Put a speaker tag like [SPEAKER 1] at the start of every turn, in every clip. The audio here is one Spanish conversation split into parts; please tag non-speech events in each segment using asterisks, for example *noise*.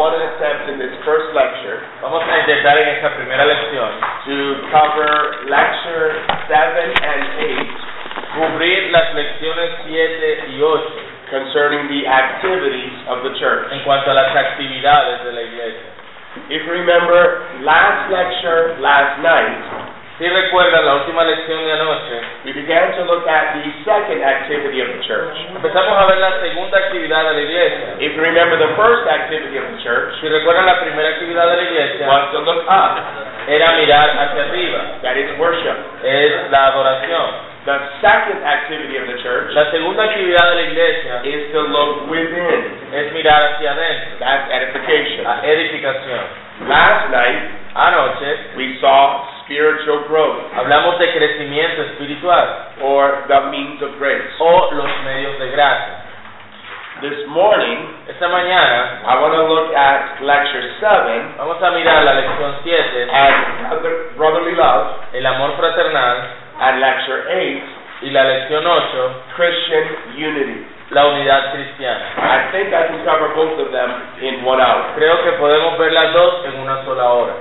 [SPEAKER 1] what an attempt in this first lecture
[SPEAKER 2] Vamos a intentar en esta primera lección
[SPEAKER 1] to cover lecture 7 and
[SPEAKER 2] cubrir las lecciones 7 y 8
[SPEAKER 1] 8 concerning the activities of the church.
[SPEAKER 2] en cuanto a las actividades de la iglesia.
[SPEAKER 1] If you remember last lecture last night,
[SPEAKER 2] Si recuerdan la última lección de anoche,
[SPEAKER 1] we began to look at the second activity of the church.
[SPEAKER 2] empezamos a ver la segunda actividad de la iglesia.
[SPEAKER 1] If you remember the first activity of the church
[SPEAKER 2] Si recuerdan la primera actividad de la iglesia
[SPEAKER 1] was to look up,
[SPEAKER 2] era mirar hacia arriba,
[SPEAKER 1] that is worship.
[SPEAKER 2] es la adoración.
[SPEAKER 1] The second activity of the church
[SPEAKER 2] La segunda actividad de la iglesia
[SPEAKER 1] is to look within,
[SPEAKER 2] es mirar hacia adentro,
[SPEAKER 1] that's edification.
[SPEAKER 2] la edificación.
[SPEAKER 1] Last night
[SPEAKER 2] Anoche
[SPEAKER 1] we saw spiritual growth
[SPEAKER 2] hablamos de crecimiento espiritual
[SPEAKER 1] or the means of grace.
[SPEAKER 2] o los medios de gracia.
[SPEAKER 1] This morning
[SPEAKER 2] Esta mañana
[SPEAKER 1] I want to look at lecture 7
[SPEAKER 2] Vamos a mirar la lección 7,
[SPEAKER 1] and brother- brotherly love
[SPEAKER 2] el amor fraternal,
[SPEAKER 1] and lecture 8
[SPEAKER 2] y la lección 8,
[SPEAKER 1] Christian unity.
[SPEAKER 2] la unidad cristiana.
[SPEAKER 1] I think I can cover both of them in 1 hour.
[SPEAKER 2] Creo que podemos ver las dos en una sola hora.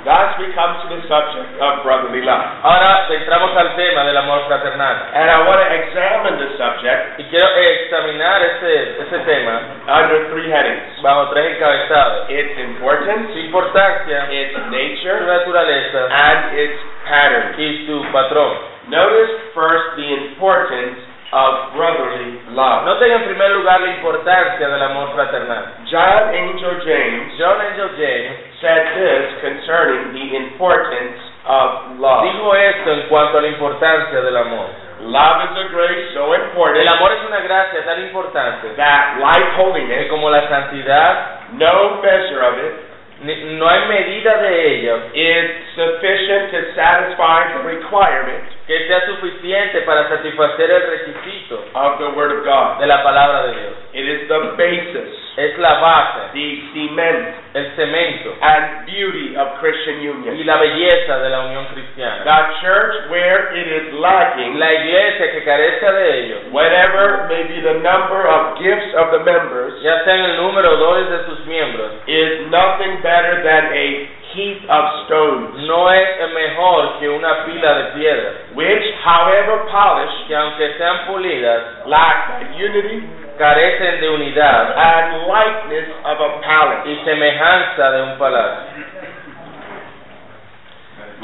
[SPEAKER 1] Thus, we come to the subject of brotherly love.
[SPEAKER 2] Ahora entramos al tema del amor fraternal.
[SPEAKER 1] And I want to examine the subject
[SPEAKER 2] Y quiero examinar ese, ese tema
[SPEAKER 1] under three headings
[SPEAKER 2] bajo tres encabezados.
[SPEAKER 1] its
[SPEAKER 2] Su
[SPEAKER 1] importance,
[SPEAKER 2] importancia,
[SPEAKER 1] its
[SPEAKER 2] su
[SPEAKER 1] nature,
[SPEAKER 2] naturaleza
[SPEAKER 1] and its pattern.
[SPEAKER 2] y su patrón.
[SPEAKER 1] Notice first the importance of brotherly love.
[SPEAKER 2] Noten en primer lugar la importancia del amor fraternal.
[SPEAKER 1] John Angel James
[SPEAKER 2] John Angel James
[SPEAKER 1] said this concerning the importance of love.
[SPEAKER 2] dijo esto en cuanto a la importancia del amor.
[SPEAKER 1] Love is a grace so
[SPEAKER 2] El
[SPEAKER 1] important
[SPEAKER 2] amor es una gracia tan importante
[SPEAKER 1] that, like
[SPEAKER 2] que
[SPEAKER 1] holiness,
[SPEAKER 2] como la santidad
[SPEAKER 1] no measure of it
[SPEAKER 2] ni- no hay medida de ella
[SPEAKER 1] is sufficient to satisfy the requirement
[SPEAKER 2] que sea suficiente para satisfacer el requisito
[SPEAKER 1] of the Word of God.
[SPEAKER 2] de la palabra de Dios.
[SPEAKER 1] It is the basis
[SPEAKER 2] Es la base,
[SPEAKER 1] the cement
[SPEAKER 2] el cemento
[SPEAKER 1] and beauty of Christian
[SPEAKER 2] y
[SPEAKER 1] union.
[SPEAKER 2] la belleza de la unión cristiana.
[SPEAKER 1] The church where it is lacking,
[SPEAKER 2] La iglesia que carece de ello,
[SPEAKER 1] whatever may be the number of gifts of the members,
[SPEAKER 2] ya sea en el número o dones de sus miembros,
[SPEAKER 1] is nothing better than a heap of stones,
[SPEAKER 2] no es mejor que una pila de piedras
[SPEAKER 1] which, however polished,
[SPEAKER 2] que aunque sean pulidas,
[SPEAKER 1] lack the unity
[SPEAKER 2] carecen de unidad
[SPEAKER 1] and likeness of a palace.
[SPEAKER 2] y semejanza de un palacio.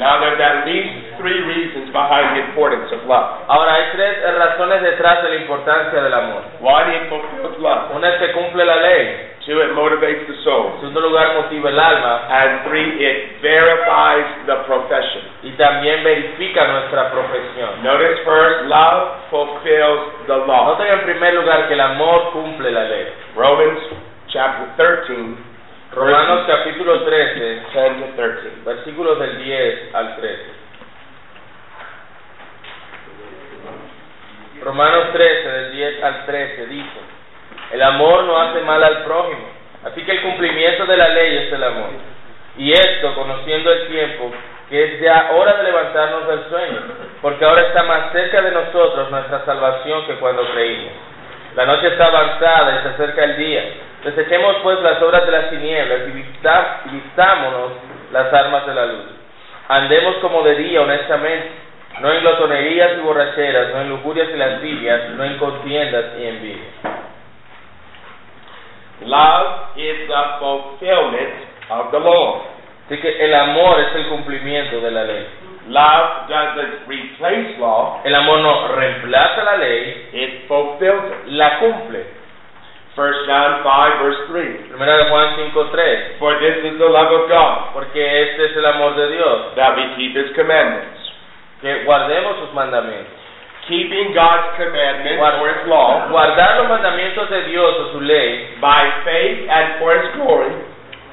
[SPEAKER 1] Now, there's at least three reasons behind the importance of love.
[SPEAKER 2] Ahora, hay tres razones detrás de la importancia del amor.
[SPEAKER 1] One, it fulfills love.
[SPEAKER 2] Una es que cumple la ley,
[SPEAKER 1] Two, it motivates the
[SPEAKER 2] en
[SPEAKER 1] soul.
[SPEAKER 2] segundo lugar motiva el alma
[SPEAKER 1] And three, it verifies the profession.
[SPEAKER 2] y también verifica nuestra profesión.
[SPEAKER 1] Notice first, love fulfills the law.
[SPEAKER 2] Noten en primer lugar que el amor cumple la ley.
[SPEAKER 1] Romans chapter 13,
[SPEAKER 2] Romanos capítulo 13,
[SPEAKER 1] 10 to 13.
[SPEAKER 2] versículos del 10 al 13. Romanos 13, del 10 al 13 dice, el amor no hace mal al prójimo, así que el cumplimiento de la ley es el amor. Y esto, conociendo el tiempo, que es ya hora de levantarnos del sueño, porque ahora está más cerca de nosotros nuestra salvación que cuando creímos. La noche está avanzada y se acerca el día. Desechemos pues las obras de las tinieblas y vista- y vistámonos las armas de la luz. Andemos como de día honestamente, no en glotonerías y borracheras, no en lujurias y lascivias, no en contiendas y envidias.
[SPEAKER 1] Love is the fulfillment of the law.
[SPEAKER 2] Así que el amor es el cumplimiento de la ley.
[SPEAKER 1] Love doesn't replace law,
[SPEAKER 2] El amor no reemplaza la ley,
[SPEAKER 1] it fulfills it.
[SPEAKER 2] la cumple.
[SPEAKER 1] 1 John 5, verse
[SPEAKER 2] Primera de Juan 5.3,
[SPEAKER 1] 3. For this is the love of God,
[SPEAKER 2] porque este es el amor de Dios,
[SPEAKER 1] that we keep his commandments.
[SPEAKER 2] que guardemos sus mandamientos.
[SPEAKER 1] Keeping God's commandments
[SPEAKER 2] Guard-
[SPEAKER 1] or his law
[SPEAKER 2] Guardar los mandamientos de Dios o su ley
[SPEAKER 1] by faith and for his glory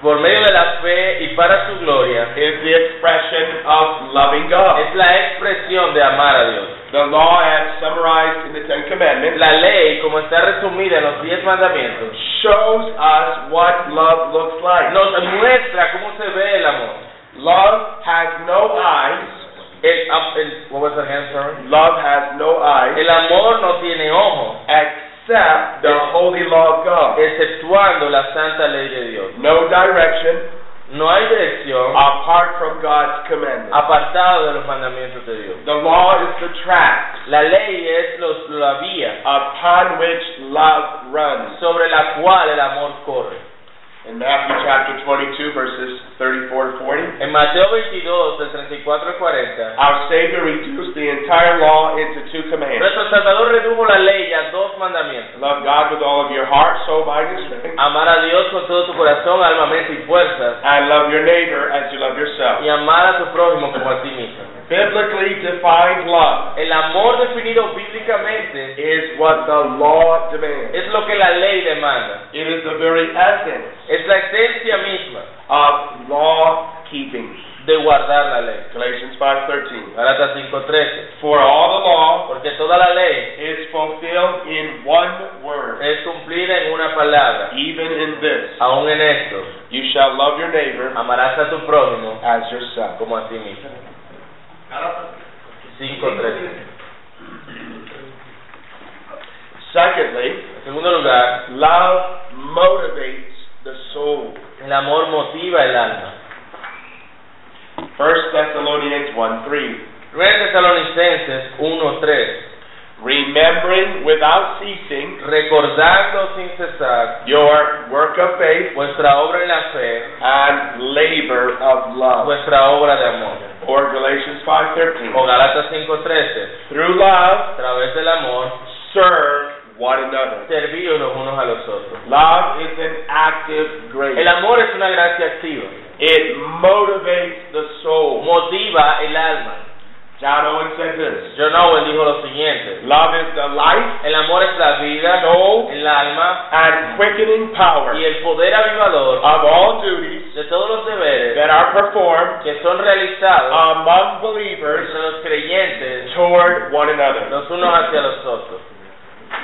[SPEAKER 2] por medio de la fe y para su gloria
[SPEAKER 1] is the expression of loving God.
[SPEAKER 2] es la expresión de amar a Dios.
[SPEAKER 1] The law as summarized in the Ten Commandments
[SPEAKER 2] La ley, como está resumida en los diez mandamientos,
[SPEAKER 1] shows us what love looks like.
[SPEAKER 2] nos muestra cómo se ve el amor.
[SPEAKER 1] Love has no eyes.
[SPEAKER 2] El, am- el- what was the answer?
[SPEAKER 1] Love has no eyes.
[SPEAKER 2] El amor no tiene
[SPEAKER 1] except the holy law of God.
[SPEAKER 2] exceptuando la santa ley de Dios.
[SPEAKER 1] No direction
[SPEAKER 2] No hay dirección
[SPEAKER 1] apart from God's commandments.
[SPEAKER 2] apartado de los mandamientos de Dios.
[SPEAKER 1] The law is the track
[SPEAKER 2] La ley es los, la vía
[SPEAKER 1] upon which love runs.
[SPEAKER 2] sobre la cual el amor corre.
[SPEAKER 1] In Matthew chapter 22, verses 34 to 40,
[SPEAKER 2] En Mateo 22, del 34 al 40,
[SPEAKER 1] our Savior reduced the entire law into two commandments.
[SPEAKER 2] nuestro Salvador redujo la ley a dos mandamientos.
[SPEAKER 1] Love God with all of your heart, soul, mind, and strength,
[SPEAKER 2] Amar a Dios con todo tu corazón, alma, mente y fuerzas.
[SPEAKER 1] and love your neighbor as you love yourself.
[SPEAKER 2] Y amar a tu prójimo como a ti mismo.
[SPEAKER 1] Biblically defined love
[SPEAKER 2] El amor definido bíblicamente
[SPEAKER 1] is what the law demands.
[SPEAKER 2] es lo que la ley demanda.
[SPEAKER 1] It is the very essence
[SPEAKER 2] Es la esencia misma
[SPEAKER 1] of law keeping.
[SPEAKER 2] de guardar la ley.
[SPEAKER 1] Galatians 5:13.
[SPEAKER 2] Galatas 5.13.
[SPEAKER 1] For all the law
[SPEAKER 2] Porque toda la ley
[SPEAKER 1] is fulfilled in one word,
[SPEAKER 2] es cumplida en una palabra.
[SPEAKER 1] even in this:
[SPEAKER 2] Aún en esto,
[SPEAKER 1] You shall love your neighbor
[SPEAKER 2] amarás a tu prójimo
[SPEAKER 1] as yourself.
[SPEAKER 2] como a ti mismo. 5.13.
[SPEAKER 1] Secondly,
[SPEAKER 2] En segundo lugar,
[SPEAKER 1] love motivates the soul.
[SPEAKER 2] el amor motiva el alma.
[SPEAKER 1] 1 Thessalonians 1:3.
[SPEAKER 2] 1 Tesalonicenses 1.3
[SPEAKER 1] Remembering without ceasing
[SPEAKER 2] Recordando sin cesar
[SPEAKER 1] your work of faith
[SPEAKER 2] vuestra obra en la fe,
[SPEAKER 1] and labor of love.
[SPEAKER 2] vuestra obra de amor.
[SPEAKER 1] Or Galatians
[SPEAKER 2] O
[SPEAKER 1] 5:13.
[SPEAKER 2] Galatas 5.13.
[SPEAKER 1] Through love,
[SPEAKER 2] A través del amor,
[SPEAKER 1] serve one another.
[SPEAKER 2] servidos los unos a los otros.
[SPEAKER 1] Love is an active grace.
[SPEAKER 2] El amor es una gracia activa.
[SPEAKER 1] It motivates the soul.
[SPEAKER 2] Motiva el alma.
[SPEAKER 1] John Owen said this.
[SPEAKER 2] John Owen dijo lo siguiente.
[SPEAKER 1] Love is the life,
[SPEAKER 2] El amor es la vida,
[SPEAKER 1] soul,
[SPEAKER 2] el alma
[SPEAKER 1] and quickening power
[SPEAKER 2] y el poder avivador
[SPEAKER 1] of all duties
[SPEAKER 2] de todos los deberes
[SPEAKER 1] that are performed
[SPEAKER 2] que son realizados
[SPEAKER 1] among believers
[SPEAKER 2] entre los creyentes
[SPEAKER 1] toward one another.
[SPEAKER 2] los unos hacia los otros.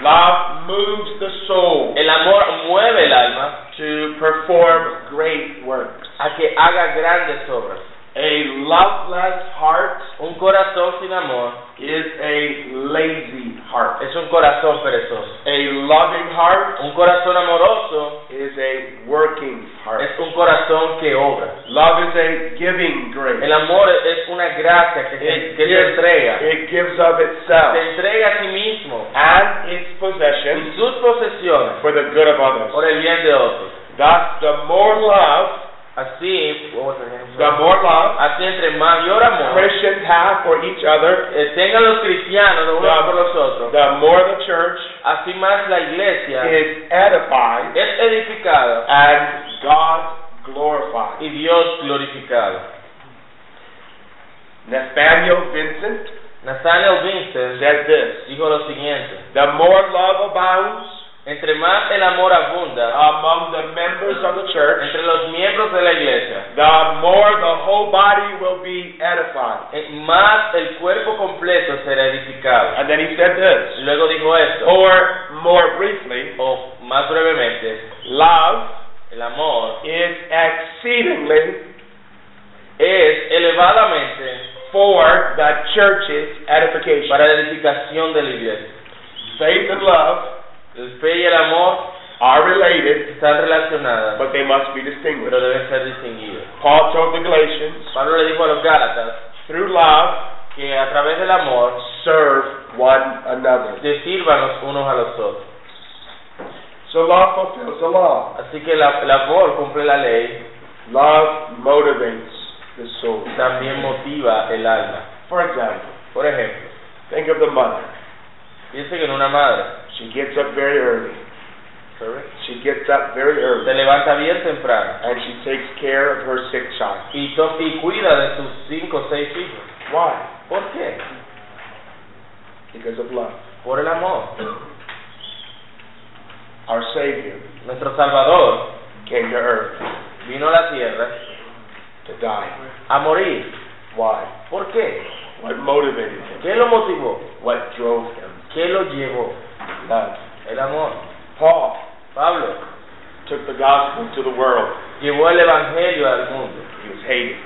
[SPEAKER 1] Love moves the soul
[SPEAKER 2] El amor mueve el alma
[SPEAKER 1] to perform great works.
[SPEAKER 2] a que haga grandes obras.
[SPEAKER 1] A loveless heart
[SPEAKER 2] Un corazón sin amor
[SPEAKER 1] is a lazy heart.
[SPEAKER 2] es un corazón perezoso.
[SPEAKER 1] A loving heart
[SPEAKER 2] Un corazón amoroso
[SPEAKER 1] is a working heart.
[SPEAKER 2] es un corazón que obra.
[SPEAKER 1] Love is a giving grace.
[SPEAKER 2] El amor es una gracia que, se- que se entrega.
[SPEAKER 1] It gives of
[SPEAKER 2] Se
[SPEAKER 1] itself
[SPEAKER 2] entrega a sí mismo
[SPEAKER 1] and its
[SPEAKER 2] y
[SPEAKER 1] possessions
[SPEAKER 2] sus posesiones
[SPEAKER 1] for the good of others.
[SPEAKER 2] por el bien de otros.
[SPEAKER 1] Thus, the more love,
[SPEAKER 2] Así,
[SPEAKER 1] the more love
[SPEAKER 2] así entre mayor amor
[SPEAKER 1] Christians have for each other,
[SPEAKER 2] eh, tengan los cristianos los unos
[SPEAKER 1] Claro.
[SPEAKER 2] por los otros,
[SPEAKER 1] the more the church
[SPEAKER 2] así más la iglesia
[SPEAKER 1] is edified
[SPEAKER 2] es edificada
[SPEAKER 1] and God glorified.
[SPEAKER 2] y Dios glorificado.
[SPEAKER 1] Nathaniel Vincent
[SPEAKER 2] Nathaniel Vincent
[SPEAKER 1] said this
[SPEAKER 2] dijo lo siguiente.
[SPEAKER 1] The more love abounds
[SPEAKER 2] Entre más el amor abunda
[SPEAKER 1] among the members of the church,
[SPEAKER 2] entre los miembros de la iglesia,
[SPEAKER 1] the more the whole body will be edified.
[SPEAKER 2] eh, más el cuerpo completo será edificado.
[SPEAKER 1] And then he said this,
[SPEAKER 2] Luego dijo esto,
[SPEAKER 1] or more briefly,
[SPEAKER 2] o más brevemente,
[SPEAKER 1] love
[SPEAKER 2] el amor
[SPEAKER 1] is exceedingly
[SPEAKER 2] es elevadamente
[SPEAKER 1] for the church's edification.
[SPEAKER 2] para la edificación de la iglesia.
[SPEAKER 1] Faith and love
[SPEAKER 2] El fe y el amor
[SPEAKER 1] are related,
[SPEAKER 2] están relacionadas,
[SPEAKER 1] but they must be
[SPEAKER 2] pero
[SPEAKER 1] distinguished.
[SPEAKER 2] deben ser distinguidos.
[SPEAKER 1] Paul told the Galatians,
[SPEAKER 2] Pablo le dijo a los Gálatas
[SPEAKER 1] through love,
[SPEAKER 2] que a través del amor
[SPEAKER 1] serve one another.
[SPEAKER 2] se sirvan los unos a los otros.
[SPEAKER 1] So love fulfills the law.
[SPEAKER 2] Así que la- el amor cumple la ley,
[SPEAKER 1] Love motivates the soul.
[SPEAKER 2] también motiva el alma.
[SPEAKER 1] For example,
[SPEAKER 2] Por ejemplo,
[SPEAKER 1] think of the mother.
[SPEAKER 2] Piensen en una madre.
[SPEAKER 1] She gets up very early. She gets up very
[SPEAKER 2] Se
[SPEAKER 1] early
[SPEAKER 2] levanta bien temprano
[SPEAKER 1] and she takes care of her sick child.
[SPEAKER 2] y, to- y cuida de sus cinco o seis hijos.
[SPEAKER 1] Why?
[SPEAKER 2] ¿Por qué?
[SPEAKER 1] Because of love.
[SPEAKER 2] Por el amor.
[SPEAKER 1] Our Savior
[SPEAKER 2] Nuestro Salvador
[SPEAKER 1] came to earth
[SPEAKER 2] vino a la tierra
[SPEAKER 1] to die.
[SPEAKER 2] a morir.
[SPEAKER 1] Why?
[SPEAKER 2] ¿Por qué?
[SPEAKER 1] What motivated him?
[SPEAKER 2] ¿Qué lo motivó?
[SPEAKER 1] What drove him?
[SPEAKER 2] ¿Qué lo llevó?
[SPEAKER 1] Love.
[SPEAKER 2] El amor.
[SPEAKER 1] Paul
[SPEAKER 2] Pablo
[SPEAKER 1] took the gospel to the world.
[SPEAKER 2] llevó el Evangelio al mundo.
[SPEAKER 1] He was hated.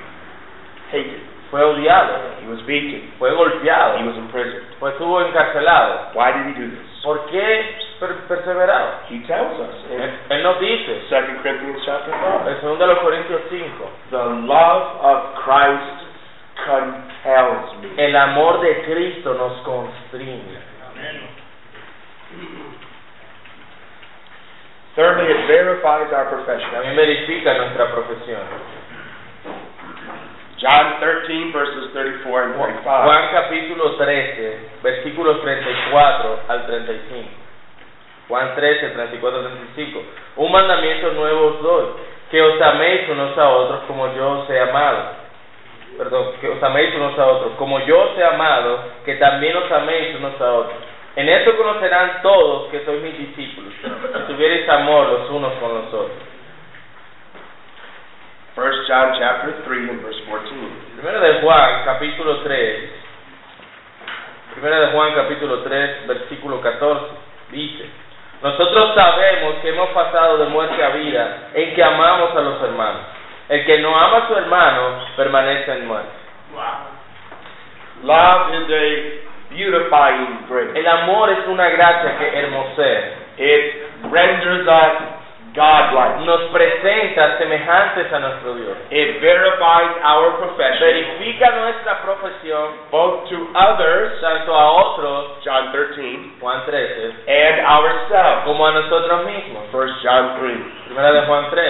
[SPEAKER 1] Hated.
[SPEAKER 2] fue odiado,
[SPEAKER 1] He was beaten.
[SPEAKER 2] fue golpeado,
[SPEAKER 1] He was imprisoned.
[SPEAKER 2] fue estuvo encarcelado.
[SPEAKER 1] Why did he do this?
[SPEAKER 2] ¿Por qué per- perseveraba?
[SPEAKER 1] He tells us in
[SPEAKER 2] Él, él nos dice,
[SPEAKER 1] 2 Corinthians chapter 5.
[SPEAKER 2] en 2 de los Corintios 5,
[SPEAKER 1] The love of Christ compels me.
[SPEAKER 2] el amor de Cristo nos constriñe.
[SPEAKER 1] Thirdly, it verifies our profession.
[SPEAKER 2] También verifica nuestra profesión.
[SPEAKER 1] John 13, verses 34 and 45.
[SPEAKER 2] Juan capítulo 13, versículos 34 al 35. Juan 13, 34 al 35. Un mandamiento nuevo os doy, que os améis unos a otros como yo os he amado. Perdón, que os améis unos a otros, como yo os he amado, que también os améis unos a otros. En esto conocerán todos que sois mis discípulos, si tuviereis amor los unos con los otros.
[SPEAKER 1] 1 John chapter 3 and verse 14.
[SPEAKER 2] Primera de Juan, capítulo 3. Primera de Juan, capítulo 3, versículo 14. Dice, nosotros sabemos que hemos pasado de muerte a vida en que amamos a los hermanos. El que no ama a su hermano permanece en muerte.
[SPEAKER 1] Love is a beautifying grace.
[SPEAKER 2] El amor es una gracia que hermosea.
[SPEAKER 1] It renders us godlike.
[SPEAKER 2] Nos presenta semejantes a nuestro Dios.
[SPEAKER 1] It verifies our profession
[SPEAKER 2] Verifica nuestra profesión
[SPEAKER 1] both to others,
[SPEAKER 2] tanto a otros,
[SPEAKER 1] John 13,
[SPEAKER 2] Juan 13,
[SPEAKER 1] and ourselves,
[SPEAKER 2] como a nosotros mismos.
[SPEAKER 1] 1 John 3.
[SPEAKER 2] Primera de Juan 3.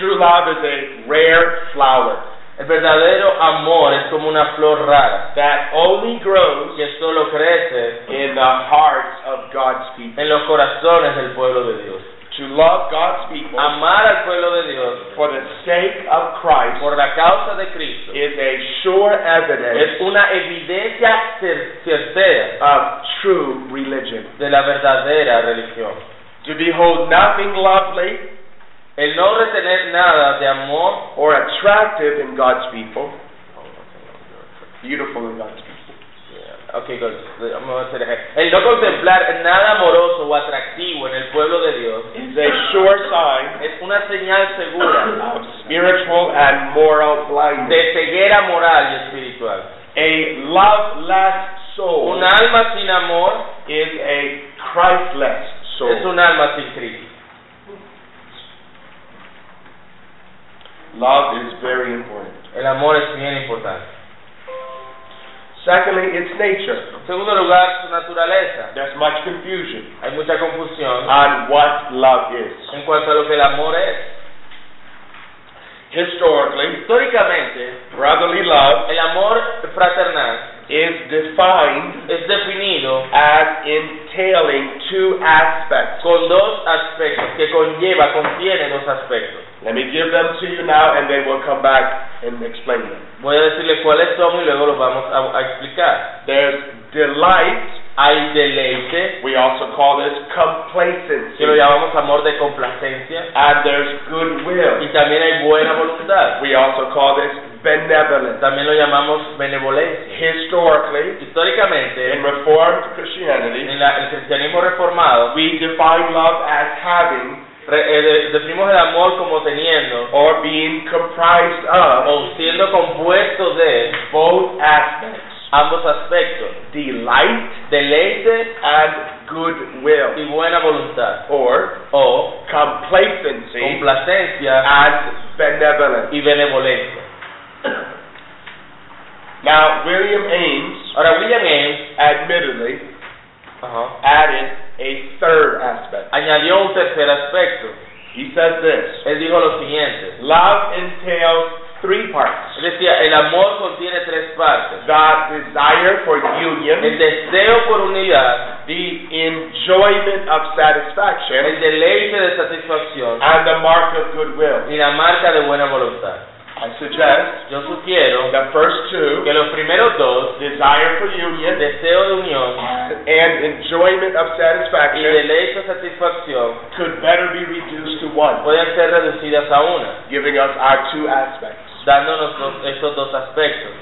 [SPEAKER 1] True love is a rare flower
[SPEAKER 2] El verdadero amor es como una flor rara
[SPEAKER 1] that only grows
[SPEAKER 2] que solo crece
[SPEAKER 1] in the hearts of God's people.
[SPEAKER 2] en los corazones del pueblo de Dios.
[SPEAKER 1] To love God's people
[SPEAKER 2] Amar al pueblo de Dios
[SPEAKER 1] for the sake of Christ
[SPEAKER 2] por la causa de Cristo
[SPEAKER 1] is a sure evidence
[SPEAKER 2] es una evidencia cer- certera
[SPEAKER 1] of true religion.
[SPEAKER 2] de la verdadera religión.
[SPEAKER 1] To behold nothing lovely
[SPEAKER 2] El no retener nada de amor
[SPEAKER 1] or attractive in God's people, beautiful in God's people,
[SPEAKER 2] Okay, good. Vamos a hacer ejemplo. el no contemplar nada amoroso o atractivo en el pueblo de Dios
[SPEAKER 1] is a sure sign
[SPEAKER 2] es una señal segura
[SPEAKER 1] of spiritual and moral blindness.
[SPEAKER 2] de ceguera moral y espiritual.
[SPEAKER 1] A loveless soul
[SPEAKER 2] Un alma sin amor
[SPEAKER 1] is a Christless
[SPEAKER 2] Es
[SPEAKER 1] soul.
[SPEAKER 2] un alma sin Cristo.
[SPEAKER 1] Love is very important.
[SPEAKER 2] El amor es bien importante.
[SPEAKER 1] Secondly, its nature.
[SPEAKER 2] En segundo lugar, su naturaleza.
[SPEAKER 1] There's much confusion
[SPEAKER 2] Hay mucha confusión
[SPEAKER 1] on what love is.
[SPEAKER 2] en cuanto a lo que el amor es.
[SPEAKER 1] Historically,
[SPEAKER 2] Históricamente,
[SPEAKER 1] brotherly love
[SPEAKER 2] el amor fraternal
[SPEAKER 1] is defined
[SPEAKER 2] es definido
[SPEAKER 1] as entailing two aspects.
[SPEAKER 2] con dos aspectos, que conlleva, contiene dos aspectos.
[SPEAKER 1] Let me give them to you now and then we'll come back and explain them.
[SPEAKER 2] Voy a decirles cuáles son y luego los vamos a, a explicar.
[SPEAKER 1] There's delight,
[SPEAKER 2] Hay deleite,
[SPEAKER 1] we also call this complacency,
[SPEAKER 2] que lo llamamos amor de complacencia,
[SPEAKER 1] and there's goodwill.
[SPEAKER 2] y también hay buena voluntad,
[SPEAKER 1] We also call this benevolence.
[SPEAKER 2] también lo llamamos benevolencia.
[SPEAKER 1] Historically,
[SPEAKER 2] Históricamente,
[SPEAKER 1] in Reformed
[SPEAKER 2] En
[SPEAKER 1] Christianity,
[SPEAKER 2] la- el cristianismo reformado,
[SPEAKER 1] we define love as having
[SPEAKER 2] re- eh, de- definimos el amor como teniendo
[SPEAKER 1] or being comprised of
[SPEAKER 2] o siendo compuesto de
[SPEAKER 1] both aspects
[SPEAKER 2] ambos aspectos,
[SPEAKER 1] delight
[SPEAKER 2] deleite
[SPEAKER 1] and goodwill,
[SPEAKER 2] y buena voluntad,
[SPEAKER 1] or
[SPEAKER 2] o
[SPEAKER 1] complacency
[SPEAKER 2] complacencia
[SPEAKER 1] and benevolence.
[SPEAKER 2] y benevolencia.
[SPEAKER 1] Now, William Ames
[SPEAKER 2] Ahora, William Ames
[SPEAKER 1] admittedly
[SPEAKER 2] ajá,
[SPEAKER 1] added a third aspect.
[SPEAKER 2] añadió un tercer aspecto.
[SPEAKER 1] He says this
[SPEAKER 2] Él dijo lo siguiente:
[SPEAKER 1] Love entails three parts
[SPEAKER 2] Él decía, el amor contiene tres partes:
[SPEAKER 1] the desire for
[SPEAKER 2] el
[SPEAKER 1] union,
[SPEAKER 2] deseo por unidad,
[SPEAKER 1] the enjoyment of satisfaction,
[SPEAKER 2] el deleite de satisfacción
[SPEAKER 1] and the mark of goodwill.
[SPEAKER 2] y la marca de buena voluntad.
[SPEAKER 1] I suggest
[SPEAKER 2] Yo sugiero
[SPEAKER 1] the first two
[SPEAKER 2] que los primeros dos,
[SPEAKER 1] desire for union
[SPEAKER 2] deseo de unión
[SPEAKER 1] and enjoyment of
[SPEAKER 2] y
[SPEAKER 1] satisfaction,
[SPEAKER 2] deleite o satisfacción,
[SPEAKER 1] could better be reduced to one,
[SPEAKER 2] pueden ser reducidas a una,
[SPEAKER 1] giving us our two aspects.
[SPEAKER 2] dándonos los- estos dos aspectos.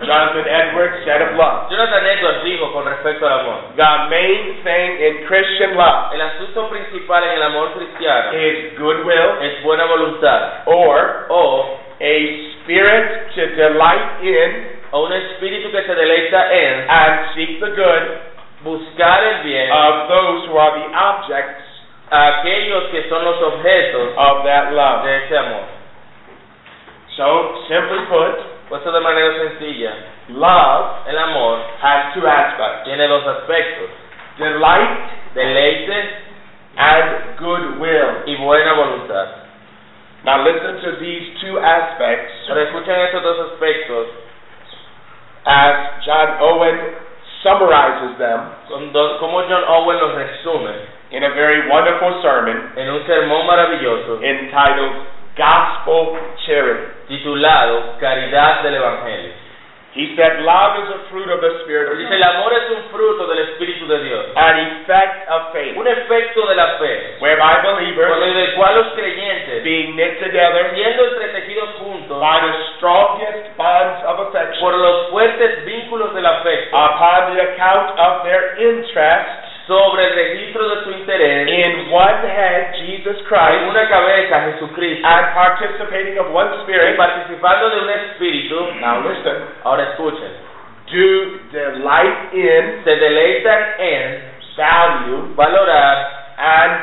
[SPEAKER 1] Jonathan Edwards said of love.
[SPEAKER 2] Jonathan Edwards dijo con respecto al amor,
[SPEAKER 1] The main thing in Christian love
[SPEAKER 2] el asunto principal en el amor cristiano
[SPEAKER 1] is goodwill
[SPEAKER 2] es buena voluntad
[SPEAKER 1] or
[SPEAKER 2] o
[SPEAKER 1] a spirit to delight in
[SPEAKER 2] o un espíritu que se deleita en
[SPEAKER 1] and seek the good
[SPEAKER 2] buscar el bien a
[SPEAKER 1] of those who are the objects
[SPEAKER 2] aquellos que son los objetos
[SPEAKER 1] of that love.
[SPEAKER 2] de ese amor.
[SPEAKER 1] So, simply put,
[SPEAKER 2] Puesto de manera sencilla,
[SPEAKER 1] love
[SPEAKER 2] el amor
[SPEAKER 1] has two aspects
[SPEAKER 2] tiene dos aspectos,
[SPEAKER 1] delight
[SPEAKER 2] deleite
[SPEAKER 1] and goodwill.
[SPEAKER 2] y buena voluntad.
[SPEAKER 1] Now, listen to these two aspects
[SPEAKER 2] Pero escuchen estos dos aspectos
[SPEAKER 1] as John Owen summarizes them
[SPEAKER 2] con do- cómo John Owen los resume
[SPEAKER 1] in a very wonderful sermon
[SPEAKER 2] en un sermón maravilloso
[SPEAKER 1] entitled Gospel Charity.
[SPEAKER 2] titulado Caridad del Evangelio.
[SPEAKER 1] He said, Love is a fruit of the Spirit of
[SPEAKER 2] Dice,
[SPEAKER 1] love,
[SPEAKER 2] el amor es un fruto del Espíritu de Dios,
[SPEAKER 1] an effect of faith,
[SPEAKER 2] un efecto de la fe,
[SPEAKER 1] whereby
[SPEAKER 2] con
[SPEAKER 1] believers,
[SPEAKER 2] el cual los creyentes,
[SPEAKER 1] being knit together
[SPEAKER 2] siendo entretejidos juntos
[SPEAKER 1] by the strongest bonds of
[SPEAKER 2] por
[SPEAKER 1] affection,
[SPEAKER 2] los fuertes vínculos del afecto,
[SPEAKER 1] upon the account of their interest
[SPEAKER 2] sobre el registro de su interés
[SPEAKER 1] in one head, Jesus
[SPEAKER 2] en
[SPEAKER 1] Christ,
[SPEAKER 2] una cabeza, Jesucristo,
[SPEAKER 1] and participating of one
[SPEAKER 2] y
[SPEAKER 1] Spirit.
[SPEAKER 2] participando de un espíritu,
[SPEAKER 1] Now listen,
[SPEAKER 2] ahora escuchen,
[SPEAKER 1] do delight in,
[SPEAKER 2] se deleitan en
[SPEAKER 1] value,
[SPEAKER 2] valorar
[SPEAKER 1] and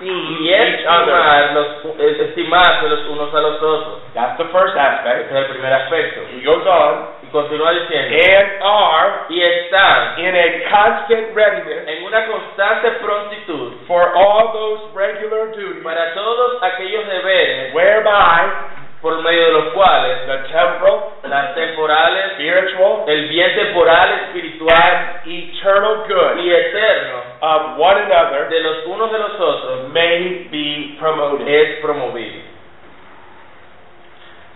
[SPEAKER 1] esteem
[SPEAKER 2] y
[SPEAKER 1] each other.
[SPEAKER 2] estimar los, eh, estimarse los unos a los otros.
[SPEAKER 1] That's the first
[SPEAKER 2] Ese
[SPEAKER 1] aspect.
[SPEAKER 2] es el primer aspecto.
[SPEAKER 1] He goes on,
[SPEAKER 2] Y continúa diciendo,
[SPEAKER 1] and are
[SPEAKER 2] y están
[SPEAKER 1] in a constant readiness
[SPEAKER 2] en una constante prontitud
[SPEAKER 1] for all those regular duties
[SPEAKER 2] para todos aquellos deberes
[SPEAKER 1] whereby
[SPEAKER 2] por medio de los cuales
[SPEAKER 1] the temporal,
[SPEAKER 2] las temporales,
[SPEAKER 1] spiritual,
[SPEAKER 2] el bien temporal, espiritual
[SPEAKER 1] and eternal good
[SPEAKER 2] y eterno
[SPEAKER 1] of one another
[SPEAKER 2] de los unos de los otros
[SPEAKER 1] may be promoted.
[SPEAKER 2] es promovido.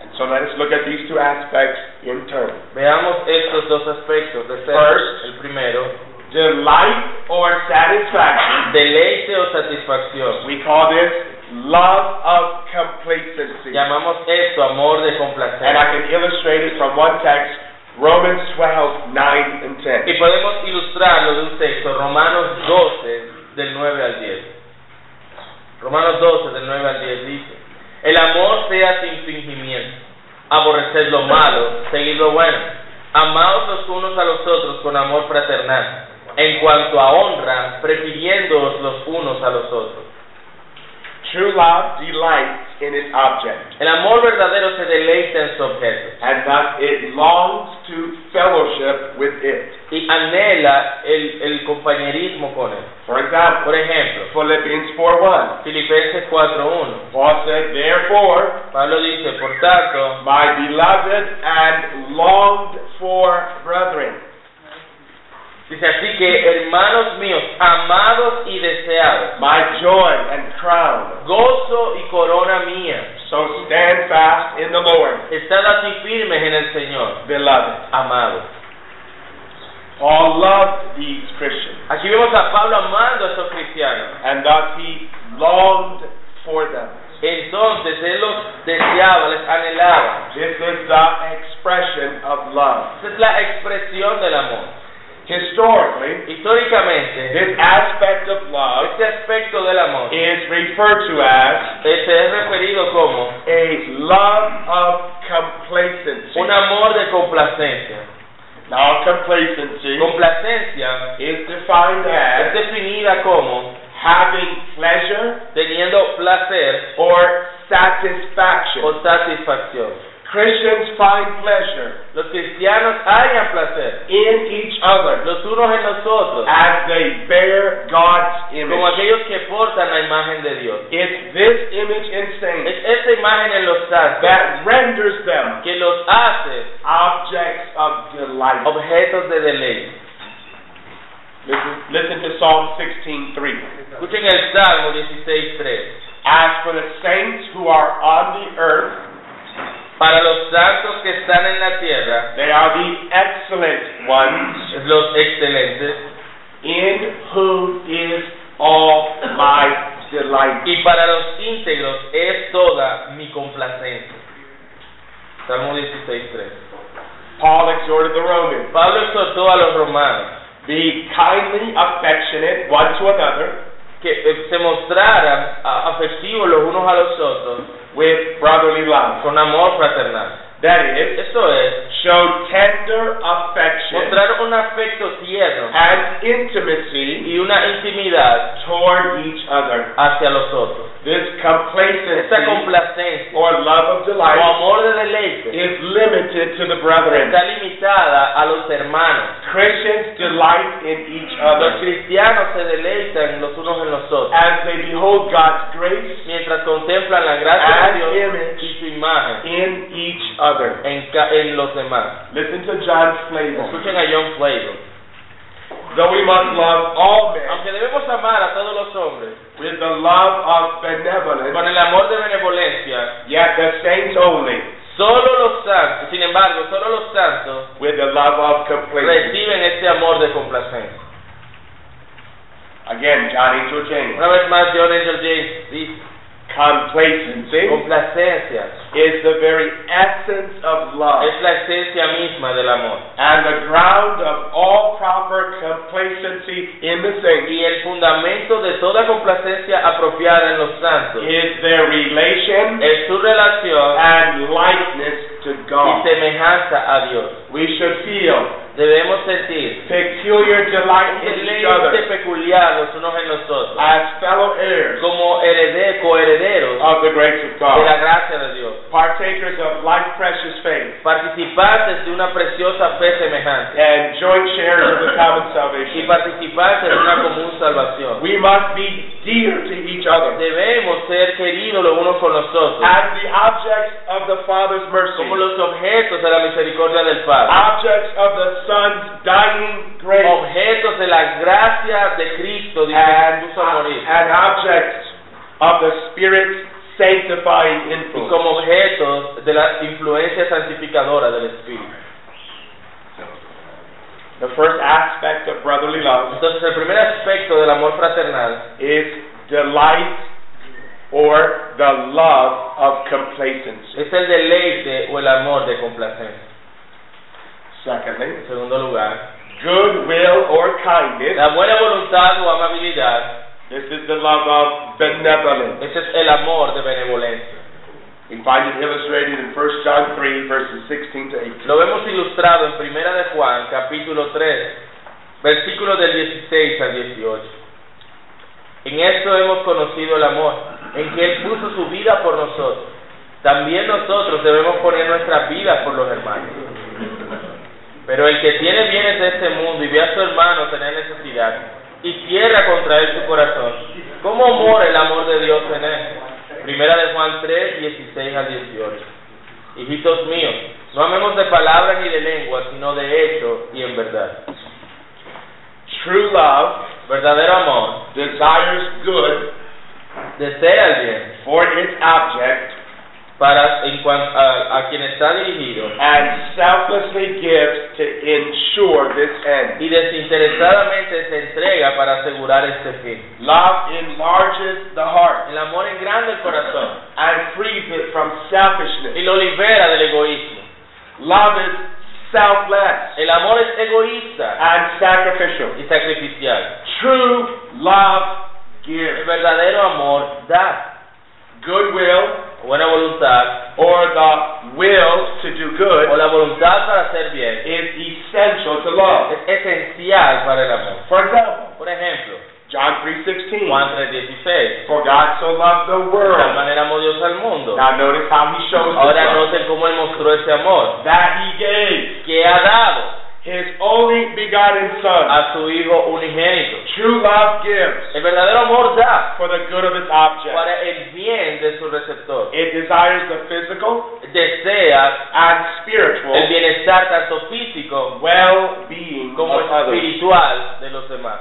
[SPEAKER 1] And so let us look at these two aspects in turn.
[SPEAKER 2] Veamos estos dos aspectos de ser
[SPEAKER 1] First.
[SPEAKER 2] el primero,
[SPEAKER 1] Delight or satisfaction.
[SPEAKER 2] deleite o satisfacción.
[SPEAKER 1] We call this love of complacency.
[SPEAKER 2] Llamamos esto amor
[SPEAKER 1] And
[SPEAKER 2] de
[SPEAKER 1] I
[SPEAKER 2] complacencia.
[SPEAKER 1] can illustrate it from one text, Romans 12, 9 and 10.
[SPEAKER 2] Y podemos ilustrarlo de un texto, Romanos 12, del 9 al 10. Romanos 12, del 9 al 10 dice, el amor sea sin fingimiento, aborreced lo malo, seguid lo bueno, amaos los unos a los otros con amor fraternal, en cuanto a honra, prefiriéndoos los unos a los otros.
[SPEAKER 1] True love delights in its object.
[SPEAKER 2] El amor verdadero se deleita en su objeto
[SPEAKER 1] and thus it longs to fellowship with it.
[SPEAKER 2] y anhela el, el compañerismo con él.
[SPEAKER 1] For example,
[SPEAKER 2] Por ejemplo,
[SPEAKER 1] Philippians 4:1.
[SPEAKER 2] Filipenses 4.1,
[SPEAKER 1] Paul said, Therefore,
[SPEAKER 2] Pablo dice, por tanto,
[SPEAKER 1] my beloved and longed for brethren,
[SPEAKER 2] Dice así que, hermanos míos, amados y deseados,
[SPEAKER 1] my joy and crown.
[SPEAKER 2] gozo y corona mía,
[SPEAKER 1] So stand fast in the Lord,
[SPEAKER 2] estad así firmes en el Señor,
[SPEAKER 1] beloved.
[SPEAKER 2] amados.
[SPEAKER 1] Paul loved these Christians,
[SPEAKER 2] Aquí vemos a Pablo amando a estos cristianos.
[SPEAKER 1] and thus he longed for them.
[SPEAKER 2] Entonces él los deseaba, les anhelaba.
[SPEAKER 1] This is the expression of love.
[SPEAKER 2] Esa es la expresión del amor.
[SPEAKER 1] Historically,
[SPEAKER 2] Históricamente,
[SPEAKER 1] this aspect of love
[SPEAKER 2] este aspecto del amor
[SPEAKER 1] is referred to as
[SPEAKER 2] eh, se es referido como
[SPEAKER 1] a love of complacency.
[SPEAKER 2] un amor de complacencia.
[SPEAKER 1] Now, complacency
[SPEAKER 2] Complacencia
[SPEAKER 1] is defined
[SPEAKER 2] es
[SPEAKER 1] as
[SPEAKER 2] definida como
[SPEAKER 1] having pleasure
[SPEAKER 2] teniendo placer
[SPEAKER 1] or satisfaction.
[SPEAKER 2] o satisfacción.
[SPEAKER 1] Christians find pleasure
[SPEAKER 2] Los cristianos hallan placer,
[SPEAKER 1] in each other
[SPEAKER 2] los unos en los otros,
[SPEAKER 1] as they bear God's
[SPEAKER 2] como
[SPEAKER 1] image.
[SPEAKER 2] aquellos que portan la imagen de Dios.
[SPEAKER 1] It's this image in saints
[SPEAKER 2] Es esta imagen en los santos
[SPEAKER 1] that renders them
[SPEAKER 2] que los hace
[SPEAKER 1] objects of delight.
[SPEAKER 2] objetos de deleite.
[SPEAKER 1] Listen, listen to Psalm 16:3.
[SPEAKER 2] Escuchen el Salmo 16.3.
[SPEAKER 1] As for the saints who are on the earth,
[SPEAKER 2] Para los santos que están en la tierra,
[SPEAKER 1] They are the excellent ones
[SPEAKER 2] los excelentes,
[SPEAKER 1] in whom is all my delight.
[SPEAKER 2] y para los íntegros es toda mi complacencia. Salmo 16.3.
[SPEAKER 1] Paul exhorted the Romans,
[SPEAKER 2] Pablo exhortó a los romanos
[SPEAKER 1] be kindly affectionate one to another
[SPEAKER 2] que eh, se mostraran a- afectivos los unos a los otros
[SPEAKER 1] with brotherly love,
[SPEAKER 2] con amor fraternal,
[SPEAKER 1] That is,
[SPEAKER 2] Esto es
[SPEAKER 1] show tender affection
[SPEAKER 2] mostrar un afecto tierno
[SPEAKER 1] and intimacy
[SPEAKER 2] y una intimidad
[SPEAKER 1] toward each other.
[SPEAKER 2] hacia los otros.
[SPEAKER 1] This
[SPEAKER 2] Esta
[SPEAKER 1] complacency
[SPEAKER 2] complacencia
[SPEAKER 1] or love of
[SPEAKER 2] o
[SPEAKER 1] delight
[SPEAKER 2] amor de deleite
[SPEAKER 1] is limited to the brethren.
[SPEAKER 2] está limitada a los hermanos.
[SPEAKER 1] Christians delight in each
[SPEAKER 2] Los
[SPEAKER 1] other
[SPEAKER 2] cristianos se deleitan los unos en los otros
[SPEAKER 1] as they behold God's grace
[SPEAKER 2] mientras contemplan la gracia
[SPEAKER 1] and
[SPEAKER 2] de Dios
[SPEAKER 1] image
[SPEAKER 2] y su imagen
[SPEAKER 1] in each other.
[SPEAKER 2] en, ca- en los demás.
[SPEAKER 1] Listen to John Flavor.
[SPEAKER 2] Escuchen a John Flavor.
[SPEAKER 1] Though we must love all men
[SPEAKER 2] Aunque debemos amar a todos los hombres
[SPEAKER 1] with the love of benevolence,
[SPEAKER 2] con el amor de benevolencia,
[SPEAKER 1] yet the saints only
[SPEAKER 2] solo los santos, sin embargo, solo los santos
[SPEAKER 1] with the love of complacency.
[SPEAKER 2] reciben este amor de complacencia.
[SPEAKER 1] Again, John Angel James.
[SPEAKER 2] Una vez más, John Angel James dice,
[SPEAKER 1] Complacency
[SPEAKER 2] complacencia
[SPEAKER 1] is the very essence of love
[SPEAKER 2] es la esencia misma del amor
[SPEAKER 1] and the ground of all proper complacency in the saints
[SPEAKER 2] y el fundamento de toda complacencia apropiada en los santos
[SPEAKER 1] is their relation
[SPEAKER 2] es su relación
[SPEAKER 1] and likeness to
[SPEAKER 2] y
[SPEAKER 1] God.
[SPEAKER 2] semejanza a Dios.
[SPEAKER 1] We should feel
[SPEAKER 2] Debemos sentir
[SPEAKER 1] peculiar delight
[SPEAKER 2] un
[SPEAKER 1] in each other
[SPEAKER 2] deleite peculiar los unos en los otros
[SPEAKER 1] as fellow heirs
[SPEAKER 2] como herede- coherederos
[SPEAKER 1] of the grace of
[SPEAKER 2] de la
[SPEAKER 1] God,
[SPEAKER 2] gracia de Dios.
[SPEAKER 1] partakers of like precious faith,
[SPEAKER 2] participantes de una preciosa fe semejante
[SPEAKER 1] and joint sharers of the common
[SPEAKER 2] y
[SPEAKER 1] salvation.
[SPEAKER 2] participantes de una común salvación.
[SPEAKER 1] We must be dear to each other
[SPEAKER 2] Debemos ser queridos los unos con los otros
[SPEAKER 1] as the objects of the Father's mercy,
[SPEAKER 2] como los objetos de la misericordia del Padre,
[SPEAKER 1] objects of the Son's dying grace,
[SPEAKER 2] objetos de la gracia de Cristo, dice
[SPEAKER 1] and,
[SPEAKER 2] Jesús a morir,
[SPEAKER 1] and objects of the Spirit's sanctifying
[SPEAKER 2] y
[SPEAKER 1] influence.
[SPEAKER 2] como objetos de la influencia santificadora del Espíritu.
[SPEAKER 1] The first aspect of brotherly love
[SPEAKER 2] Entonces, el primer aspecto del amor fraternal
[SPEAKER 1] is delight or the love of complacency.
[SPEAKER 2] es el deleite o el amor de complacencia.
[SPEAKER 1] Secondly,
[SPEAKER 2] En segundo lugar,
[SPEAKER 1] goodwill or kindness.
[SPEAKER 2] la buena voluntad o amabilidad,
[SPEAKER 1] This is the love of benevolence.
[SPEAKER 2] ese es el amor de benevolencia.
[SPEAKER 1] We find it illustrated in 1 John 3, verses 16 to 18.
[SPEAKER 2] Lo vemos ilustrado en Primera de Juan, capítulo 3, versículos del 16 al 18. En esto hemos conocido el amor, en que Él puso su vida por nosotros. También nosotros debemos poner nuestras vidas por los hermanos. Pero el que tiene bienes de este mundo y ve a su hermano tener necesidad y cierra contra él su corazón, ¿cómo mora el amor de Dios en él? Primera de Juan 3, 16 al 18. Hijitos míos, no amemos de palabra ni de lengua, sino de hecho y en verdad.
[SPEAKER 1] True love
[SPEAKER 2] Verdadero amor
[SPEAKER 1] desires good
[SPEAKER 2] desea el bien
[SPEAKER 1] for its object
[SPEAKER 2] para en cuan- a, a quien está dirigido
[SPEAKER 1] and selflessly gives to ensure this end.
[SPEAKER 2] y desinteresadamente se entrega para asegurar este fin.
[SPEAKER 1] Love enlarges the heart
[SPEAKER 2] El amor engranda el corazón
[SPEAKER 1] and frees it from
[SPEAKER 2] y
[SPEAKER 1] selfishness.
[SPEAKER 2] lo libera del egoísmo.
[SPEAKER 1] Love is selfless
[SPEAKER 2] El amor es egoísta
[SPEAKER 1] and sacrificial.
[SPEAKER 2] y sacrificial.
[SPEAKER 1] True love
[SPEAKER 2] El
[SPEAKER 1] gives
[SPEAKER 2] verdadero amor da
[SPEAKER 1] goodwill
[SPEAKER 2] buena voluntad
[SPEAKER 1] or the will to do good
[SPEAKER 2] o la voluntad para hacer bien.
[SPEAKER 1] is essential to love.
[SPEAKER 2] Es esencial para el amor.
[SPEAKER 1] For example,
[SPEAKER 2] Por ejemplo,
[SPEAKER 1] John 3:16.
[SPEAKER 2] Juan 3:16.
[SPEAKER 1] For God so loved the
[SPEAKER 2] De tal
[SPEAKER 1] world.
[SPEAKER 2] manera amó Dios al mundo.
[SPEAKER 1] Now notice how he shows this
[SPEAKER 2] Ahora
[SPEAKER 1] love.
[SPEAKER 2] noten cómo Él mostró ese amor.
[SPEAKER 1] that he gave
[SPEAKER 2] Que ha dado
[SPEAKER 1] his only begotten son.
[SPEAKER 2] a su Hijo unigénito.
[SPEAKER 1] True love gives
[SPEAKER 2] El verdadero amor da
[SPEAKER 1] for the good of its object.
[SPEAKER 2] para el bien de su receptor.
[SPEAKER 1] It desires the physical
[SPEAKER 2] Desea
[SPEAKER 1] and
[SPEAKER 2] el
[SPEAKER 1] spiritual
[SPEAKER 2] bienestar tanto físico
[SPEAKER 1] well-being
[SPEAKER 2] como
[SPEAKER 1] of others.
[SPEAKER 2] espiritual de los demás.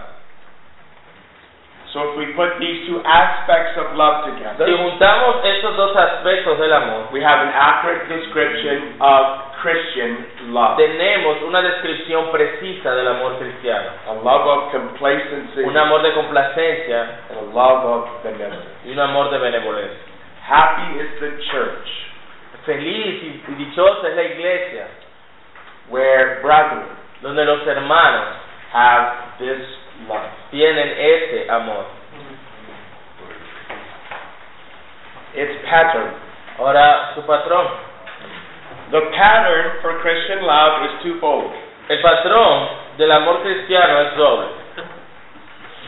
[SPEAKER 1] So if we put these two aspects of love
[SPEAKER 2] Si
[SPEAKER 1] together,
[SPEAKER 2] juntamos estos dos aspectos del amor,
[SPEAKER 1] we have an accurate description of Christian love.
[SPEAKER 2] tenemos una descripción precisa del amor cristiano.
[SPEAKER 1] A love of complacency
[SPEAKER 2] Un amor de complacencia
[SPEAKER 1] and a love of benevolence.
[SPEAKER 2] y un amor de benevolencia.
[SPEAKER 1] Happy is the church
[SPEAKER 2] Feliz y y dichosa es la iglesia
[SPEAKER 1] where brethren
[SPEAKER 2] donde los hermanos
[SPEAKER 1] have this love.
[SPEAKER 2] tienen ese amor.
[SPEAKER 1] Its pattern.
[SPEAKER 2] Ahora, su patrón,
[SPEAKER 1] The pattern for Christian love is twofold.
[SPEAKER 2] El patrón del amor cristiano es doble.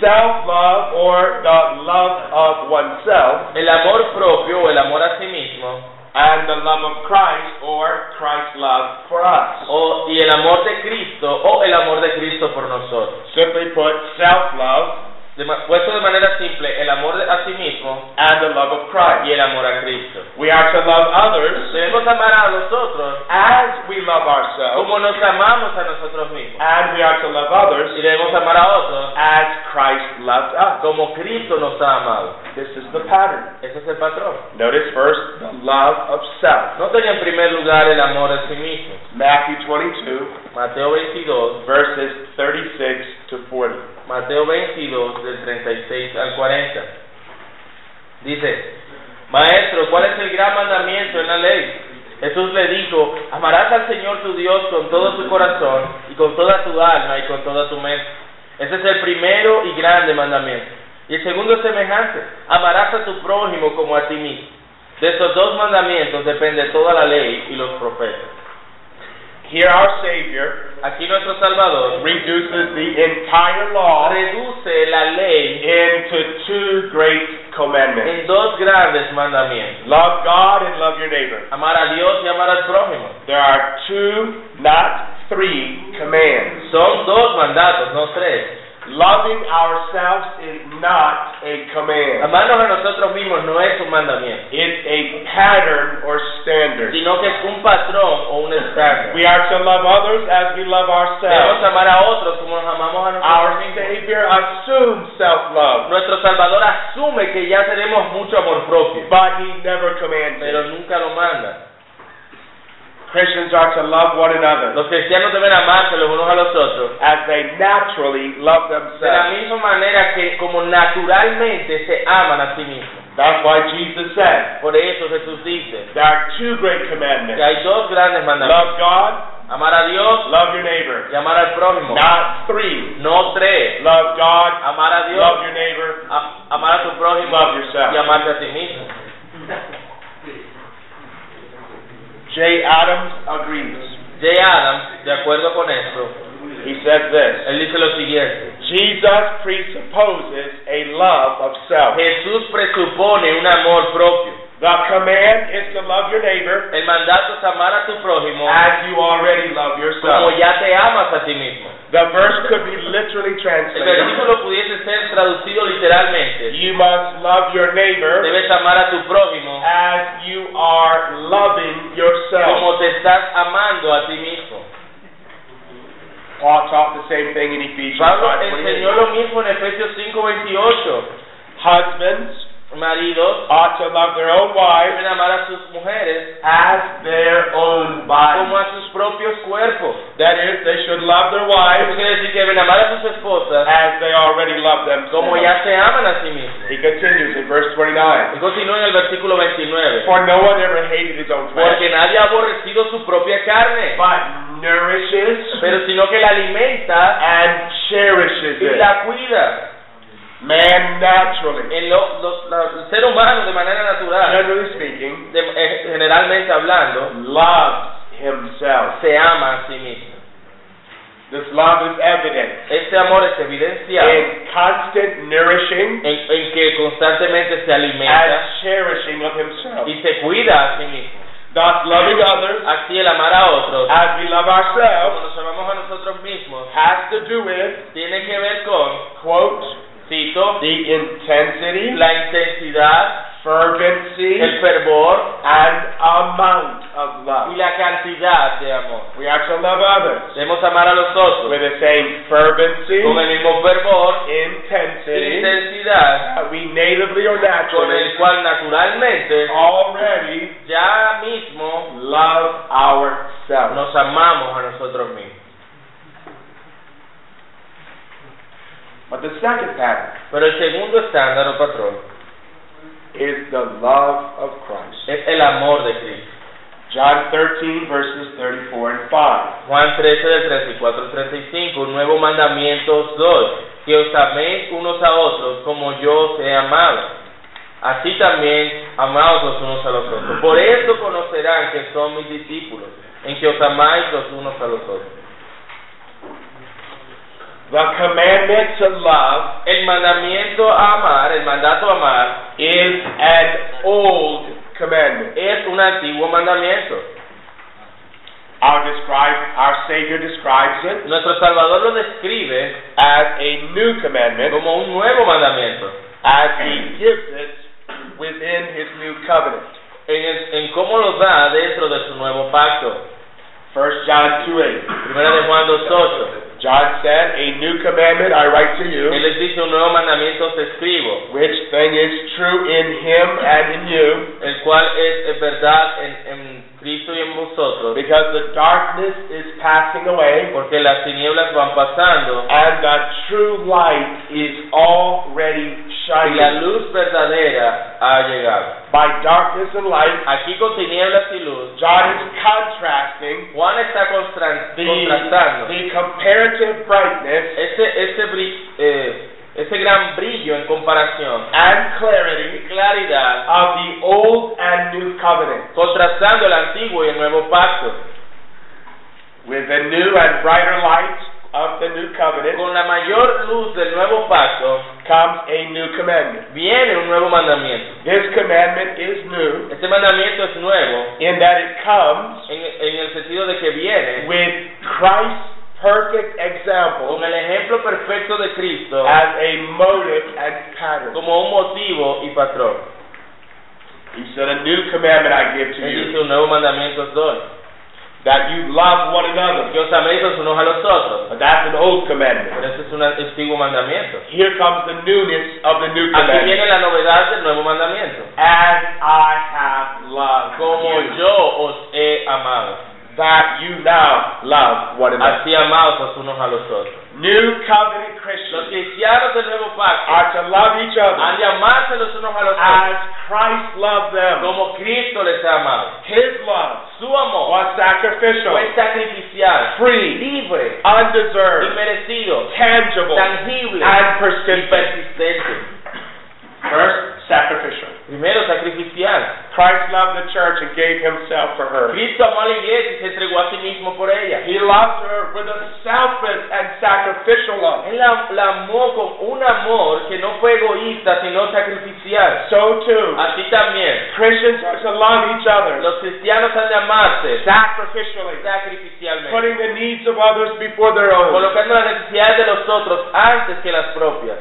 [SPEAKER 1] Self-love or the love of oneself
[SPEAKER 2] El amor propio o el amor a sí mismo
[SPEAKER 1] and the love of Christ or Christ's love for us.
[SPEAKER 2] o, y el amor de Cristo o el amor de Cristo por nosotros.
[SPEAKER 1] Simply put, self-love
[SPEAKER 2] De ma- puesto de manera simple, el amor de- a sí mismo
[SPEAKER 1] and the love of Christ.
[SPEAKER 2] y el amor a Cristo.
[SPEAKER 1] We are to love others
[SPEAKER 2] Debemos amar a nosotros
[SPEAKER 1] as we love ourselves
[SPEAKER 2] como nos amamos a nosotros mismos.
[SPEAKER 1] and we are to love others
[SPEAKER 2] Y debemos amar a otros
[SPEAKER 1] as Christ loved us.
[SPEAKER 2] como Cristo nos ha amado.
[SPEAKER 1] This is the pattern.
[SPEAKER 2] Ese es el patrón.
[SPEAKER 1] Notice first the love of self.
[SPEAKER 2] No tenga en primer lugar el amor a sí mismo.
[SPEAKER 1] Matthew 22,
[SPEAKER 2] Mateo 22,
[SPEAKER 1] verses 36 to 40.
[SPEAKER 2] Mateo 22, del 36 al 40. Dice, Maestro, ¿cuál es el gran mandamiento en la ley? Jesús le dijo, amarás al Señor tu Dios con todo tu corazón y con toda tu alma y con toda tu mente. Ese es el primero y grande mandamiento. Y el segundo es semejante, amarás a tu prójimo como a ti mismo. De estos dos mandamientos depende toda la ley y los profetas.
[SPEAKER 1] Here our Savior
[SPEAKER 2] Aquí nuestro Salvador
[SPEAKER 1] reduces the entire law
[SPEAKER 2] reduce la ley
[SPEAKER 1] into two great commandments.
[SPEAKER 2] en dos grandes mandamientos.
[SPEAKER 1] Love God and love your neighbor.
[SPEAKER 2] Amar a Dios y amar al prójimo.
[SPEAKER 1] There are two, not three, commands.
[SPEAKER 2] Son dos mandatos, no tres.
[SPEAKER 1] Loving ourselves is not a command.
[SPEAKER 2] Amarnos a nosotros mismos no es un mandamiento,
[SPEAKER 1] It's a pattern or standard.
[SPEAKER 2] sino que es un patrón o un estándar.
[SPEAKER 1] We are to love others as we love
[SPEAKER 2] Debemos
[SPEAKER 1] ourselves.
[SPEAKER 2] amar a otros como nos amamos a
[SPEAKER 1] Our
[SPEAKER 2] nosotros mismos.
[SPEAKER 1] Savior assumes self-love,
[SPEAKER 2] Nuestro Salvador asume que ya tenemos mucho amor propio,
[SPEAKER 1] but he never commands
[SPEAKER 2] pero
[SPEAKER 1] it.
[SPEAKER 2] nunca lo manda.
[SPEAKER 1] Christians are to love one another
[SPEAKER 2] Los cristianos deben amarse los unos a los otros
[SPEAKER 1] as they naturally love
[SPEAKER 2] de la
[SPEAKER 1] themselves.
[SPEAKER 2] misma manera que como naturalmente se aman a sí mismos.
[SPEAKER 1] That's why Jesus said
[SPEAKER 2] Por eso Jesús dice
[SPEAKER 1] there are two great
[SPEAKER 2] que
[SPEAKER 1] commandments:
[SPEAKER 2] hay dos grandes mandamientos.
[SPEAKER 1] love God,
[SPEAKER 2] Amar a Dios
[SPEAKER 1] love your neighbor.
[SPEAKER 2] y amar al prójimo.
[SPEAKER 1] Not three:
[SPEAKER 2] No tres.
[SPEAKER 1] love God,
[SPEAKER 2] Amar a
[SPEAKER 1] love
[SPEAKER 2] Dios,
[SPEAKER 1] your neighbor,
[SPEAKER 2] a- amar a tu prójimo
[SPEAKER 1] love
[SPEAKER 2] y
[SPEAKER 1] yourself.
[SPEAKER 2] amarte a ti mismo.
[SPEAKER 1] J. Adams agrees.
[SPEAKER 2] J. Adams, de acuerdo con esto,
[SPEAKER 1] He says this:
[SPEAKER 2] él dice lo siguiente.
[SPEAKER 1] Jesus presupposes a love of self.
[SPEAKER 2] Jesús presupone un amor propio.
[SPEAKER 1] The command is to love your neighbor
[SPEAKER 2] El mandato es amar a tu prójimo
[SPEAKER 1] as you already love
[SPEAKER 2] como
[SPEAKER 1] yourself.
[SPEAKER 2] ya te amas a ti mismo.
[SPEAKER 1] The verse could be literally
[SPEAKER 2] El
[SPEAKER 1] translated.
[SPEAKER 2] versículo pudiese ser traducido literalmente.
[SPEAKER 1] You must love your neighbor
[SPEAKER 2] Debes amar a tu prójimo
[SPEAKER 1] as you are loving yourself.
[SPEAKER 2] como te estás amando a ti mismo.
[SPEAKER 1] Paul taught the same thing in Ephesians
[SPEAKER 2] Pablo
[SPEAKER 1] 5:28.
[SPEAKER 2] enseñó lo mismo en Efesios 5:28.
[SPEAKER 1] Husbands
[SPEAKER 2] Maridos
[SPEAKER 1] ought to love their own wives
[SPEAKER 2] deben amar a sus mujeres
[SPEAKER 1] as their own
[SPEAKER 2] como
[SPEAKER 1] bodies.
[SPEAKER 2] a sus propios cuerpos.
[SPEAKER 1] That is, they should love their
[SPEAKER 2] Eso
[SPEAKER 1] wives
[SPEAKER 2] quiere decir que deben amar a sus esposas
[SPEAKER 1] as they already love
[SPEAKER 2] como
[SPEAKER 1] themselves.
[SPEAKER 2] ya se aman a sí mismos.
[SPEAKER 1] He continues in verse 29.
[SPEAKER 2] Y continúa en el versículo 29.
[SPEAKER 1] For no one ever hated his own flesh.
[SPEAKER 2] Porque nadie ha aborrecido su propia carne,
[SPEAKER 1] but nourishes
[SPEAKER 2] pero sino que la alimenta
[SPEAKER 1] and cherishes
[SPEAKER 2] y
[SPEAKER 1] it.
[SPEAKER 2] la cuida.
[SPEAKER 1] Man naturally,
[SPEAKER 2] En lo- los- la- el ser humano de manera natural,
[SPEAKER 1] generally speaking,
[SPEAKER 2] de- eh, generalmente hablando,
[SPEAKER 1] loves himself.
[SPEAKER 2] se ama a sí mismo.
[SPEAKER 1] This love is evident
[SPEAKER 2] Este amor es evidenciado
[SPEAKER 1] in
[SPEAKER 2] en,
[SPEAKER 1] constant nourishing
[SPEAKER 2] en que constantemente se
[SPEAKER 1] and
[SPEAKER 2] alimenta
[SPEAKER 1] cherishing of himself.
[SPEAKER 2] y se cuida a sí mismo.
[SPEAKER 1] Thus, loving others
[SPEAKER 2] Así el amar a otros,
[SPEAKER 1] as we love
[SPEAKER 2] como
[SPEAKER 1] ourselves
[SPEAKER 2] nos amamos a nosotros mismos,
[SPEAKER 1] has to do with,
[SPEAKER 2] tiene que ver con,
[SPEAKER 1] quote,
[SPEAKER 2] cito,
[SPEAKER 1] the intensity,
[SPEAKER 2] la intensidad,
[SPEAKER 1] fervency,
[SPEAKER 2] el fervor
[SPEAKER 1] and amount of
[SPEAKER 2] y
[SPEAKER 1] love.
[SPEAKER 2] la cantidad de amor.
[SPEAKER 1] We have to love others
[SPEAKER 2] Debemos amar a los otros
[SPEAKER 1] with the same fervency,
[SPEAKER 2] con el mismo fervor,
[SPEAKER 1] intensity
[SPEAKER 2] intensidad,
[SPEAKER 1] that we natively or
[SPEAKER 2] con el
[SPEAKER 1] naturally
[SPEAKER 2] cual naturalmente
[SPEAKER 1] already
[SPEAKER 2] ya mismo
[SPEAKER 1] love ourselves.
[SPEAKER 2] nos amamos a nosotros mismos.
[SPEAKER 1] But the second pattern
[SPEAKER 2] Pero el segundo estándar o patrón
[SPEAKER 1] is the love of Christ.
[SPEAKER 2] es el amor de Cristo.
[SPEAKER 1] John 13, verses 34 and 5.
[SPEAKER 2] Juan 13 del 34 al 35, un nuevo mandamiento os doy, que os améis unos a otros como yo os he amado. Así también, amados los unos a los otros. Por esto conocerán que son mis discípulos, en que os amáis los unos a los otros.
[SPEAKER 1] The commandment to love
[SPEAKER 2] El mandamiento a amar, el mandato a amar,
[SPEAKER 1] is an old commandment.
[SPEAKER 2] es un antiguo mandamiento.
[SPEAKER 1] Our, describe, our Savior describes it
[SPEAKER 2] Nuestro Salvador lo describe
[SPEAKER 1] as a new commandment
[SPEAKER 2] como un nuevo mandamiento,
[SPEAKER 1] as He gives it within His new covenant.
[SPEAKER 2] en, el- en cómo lo da dentro de su nuevo pacto.
[SPEAKER 1] 1 John 2
[SPEAKER 2] Primera de Juan 2.8.
[SPEAKER 1] 8. John said, A new commandment I write to you,
[SPEAKER 2] Él les dice un nuevo mandamiento os escribo,
[SPEAKER 1] which thing is true in Him and in you,
[SPEAKER 2] el cual es, es verdad en, en Cristo y en vosotros,
[SPEAKER 1] because the darkness is passing away.
[SPEAKER 2] porque las tinieblas van pasando
[SPEAKER 1] And the true light is already
[SPEAKER 2] y la
[SPEAKER 1] shining.
[SPEAKER 2] luz verdadera ha llegado.
[SPEAKER 1] By darkness and light,
[SPEAKER 2] Aquí con tinieblas y luz,
[SPEAKER 1] John is contrasting
[SPEAKER 2] Juan está constra-
[SPEAKER 1] the,
[SPEAKER 2] contrastando
[SPEAKER 1] the comparative brightness
[SPEAKER 2] ese, ese, bri- eh, ese gran brillo en comparación
[SPEAKER 1] and clarity
[SPEAKER 2] y claridad,
[SPEAKER 1] of the Old and New Covenant
[SPEAKER 2] contrastando el antiguo y el nuevo pacto,
[SPEAKER 1] with the new and brighter light of the New Covenant
[SPEAKER 2] con la mayor luz del nuevo pacto
[SPEAKER 1] comes a new commandment.
[SPEAKER 2] viene un nuevo mandamiento.
[SPEAKER 1] This commandment is new
[SPEAKER 2] Este mandamiento es nuevo
[SPEAKER 1] in that it comes
[SPEAKER 2] en, en el sentido de que viene
[SPEAKER 1] with Christ's perfect
[SPEAKER 2] con
[SPEAKER 1] example
[SPEAKER 2] el ejemplo perfecto de Cristo
[SPEAKER 1] as a motive and pattern.
[SPEAKER 2] como un motivo y patrón.
[SPEAKER 1] He said, A new commandment I give to
[SPEAKER 2] Él
[SPEAKER 1] you,
[SPEAKER 2] dice un nuevo mandamiento os doy,
[SPEAKER 1] that you love one another.
[SPEAKER 2] que os améis los unos a los otros.
[SPEAKER 1] But that's an old
[SPEAKER 2] Pero
[SPEAKER 1] commandment.
[SPEAKER 2] ese es un antiguo mandamiento.
[SPEAKER 1] Here comes the newness of the new
[SPEAKER 2] Aquí
[SPEAKER 1] commandment.
[SPEAKER 2] viene la novedad del nuevo mandamiento.
[SPEAKER 1] As I have loved
[SPEAKER 2] Como
[SPEAKER 1] you,
[SPEAKER 2] yo os he amado,
[SPEAKER 1] that you now love one another.
[SPEAKER 2] así amados los unos a los otros.
[SPEAKER 1] New covenant
[SPEAKER 2] Los
[SPEAKER 1] Christians
[SPEAKER 2] cristianos del nuevo pacto
[SPEAKER 1] are to love each other
[SPEAKER 2] han de amarse los unos a los otros,
[SPEAKER 1] as Christ loved them.
[SPEAKER 2] como Cristo les ha amado.
[SPEAKER 1] His love
[SPEAKER 2] Su amor
[SPEAKER 1] was sacrificial,
[SPEAKER 2] fue sacrificial,
[SPEAKER 1] free,
[SPEAKER 2] libre,
[SPEAKER 1] undeserved,
[SPEAKER 2] inmerecido,
[SPEAKER 1] tangible,
[SPEAKER 2] tangible
[SPEAKER 1] and
[SPEAKER 2] y
[SPEAKER 1] persistent.
[SPEAKER 2] persistente.
[SPEAKER 1] First, sacrificial.
[SPEAKER 2] Primero, sacrificial.
[SPEAKER 1] Christ loved the church and gave himself for her.
[SPEAKER 2] Cristo amó a la iglesia y se entregó a sí mismo por ella.
[SPEAKER 1] He loved her with a selfless and sacrificial love.
[SPEAKER 2] Él la, la amó con un amor que no fue egoísta, sino sacrificial.
[SPEAKER 1] So too,
[SPEAKER 2] Así también,
[SPEAKER 1] Christians are to love each other
[SPEAKER 2] los cristianos han de amarse
[SPEAKER 1] sacrificially,
[SPEAKER 2] sacrificialmente,
[SPEAKER 1] putting the needs of others before their own.
[SPEAKER 2] colocando las necesidades de los otros antes que las propias.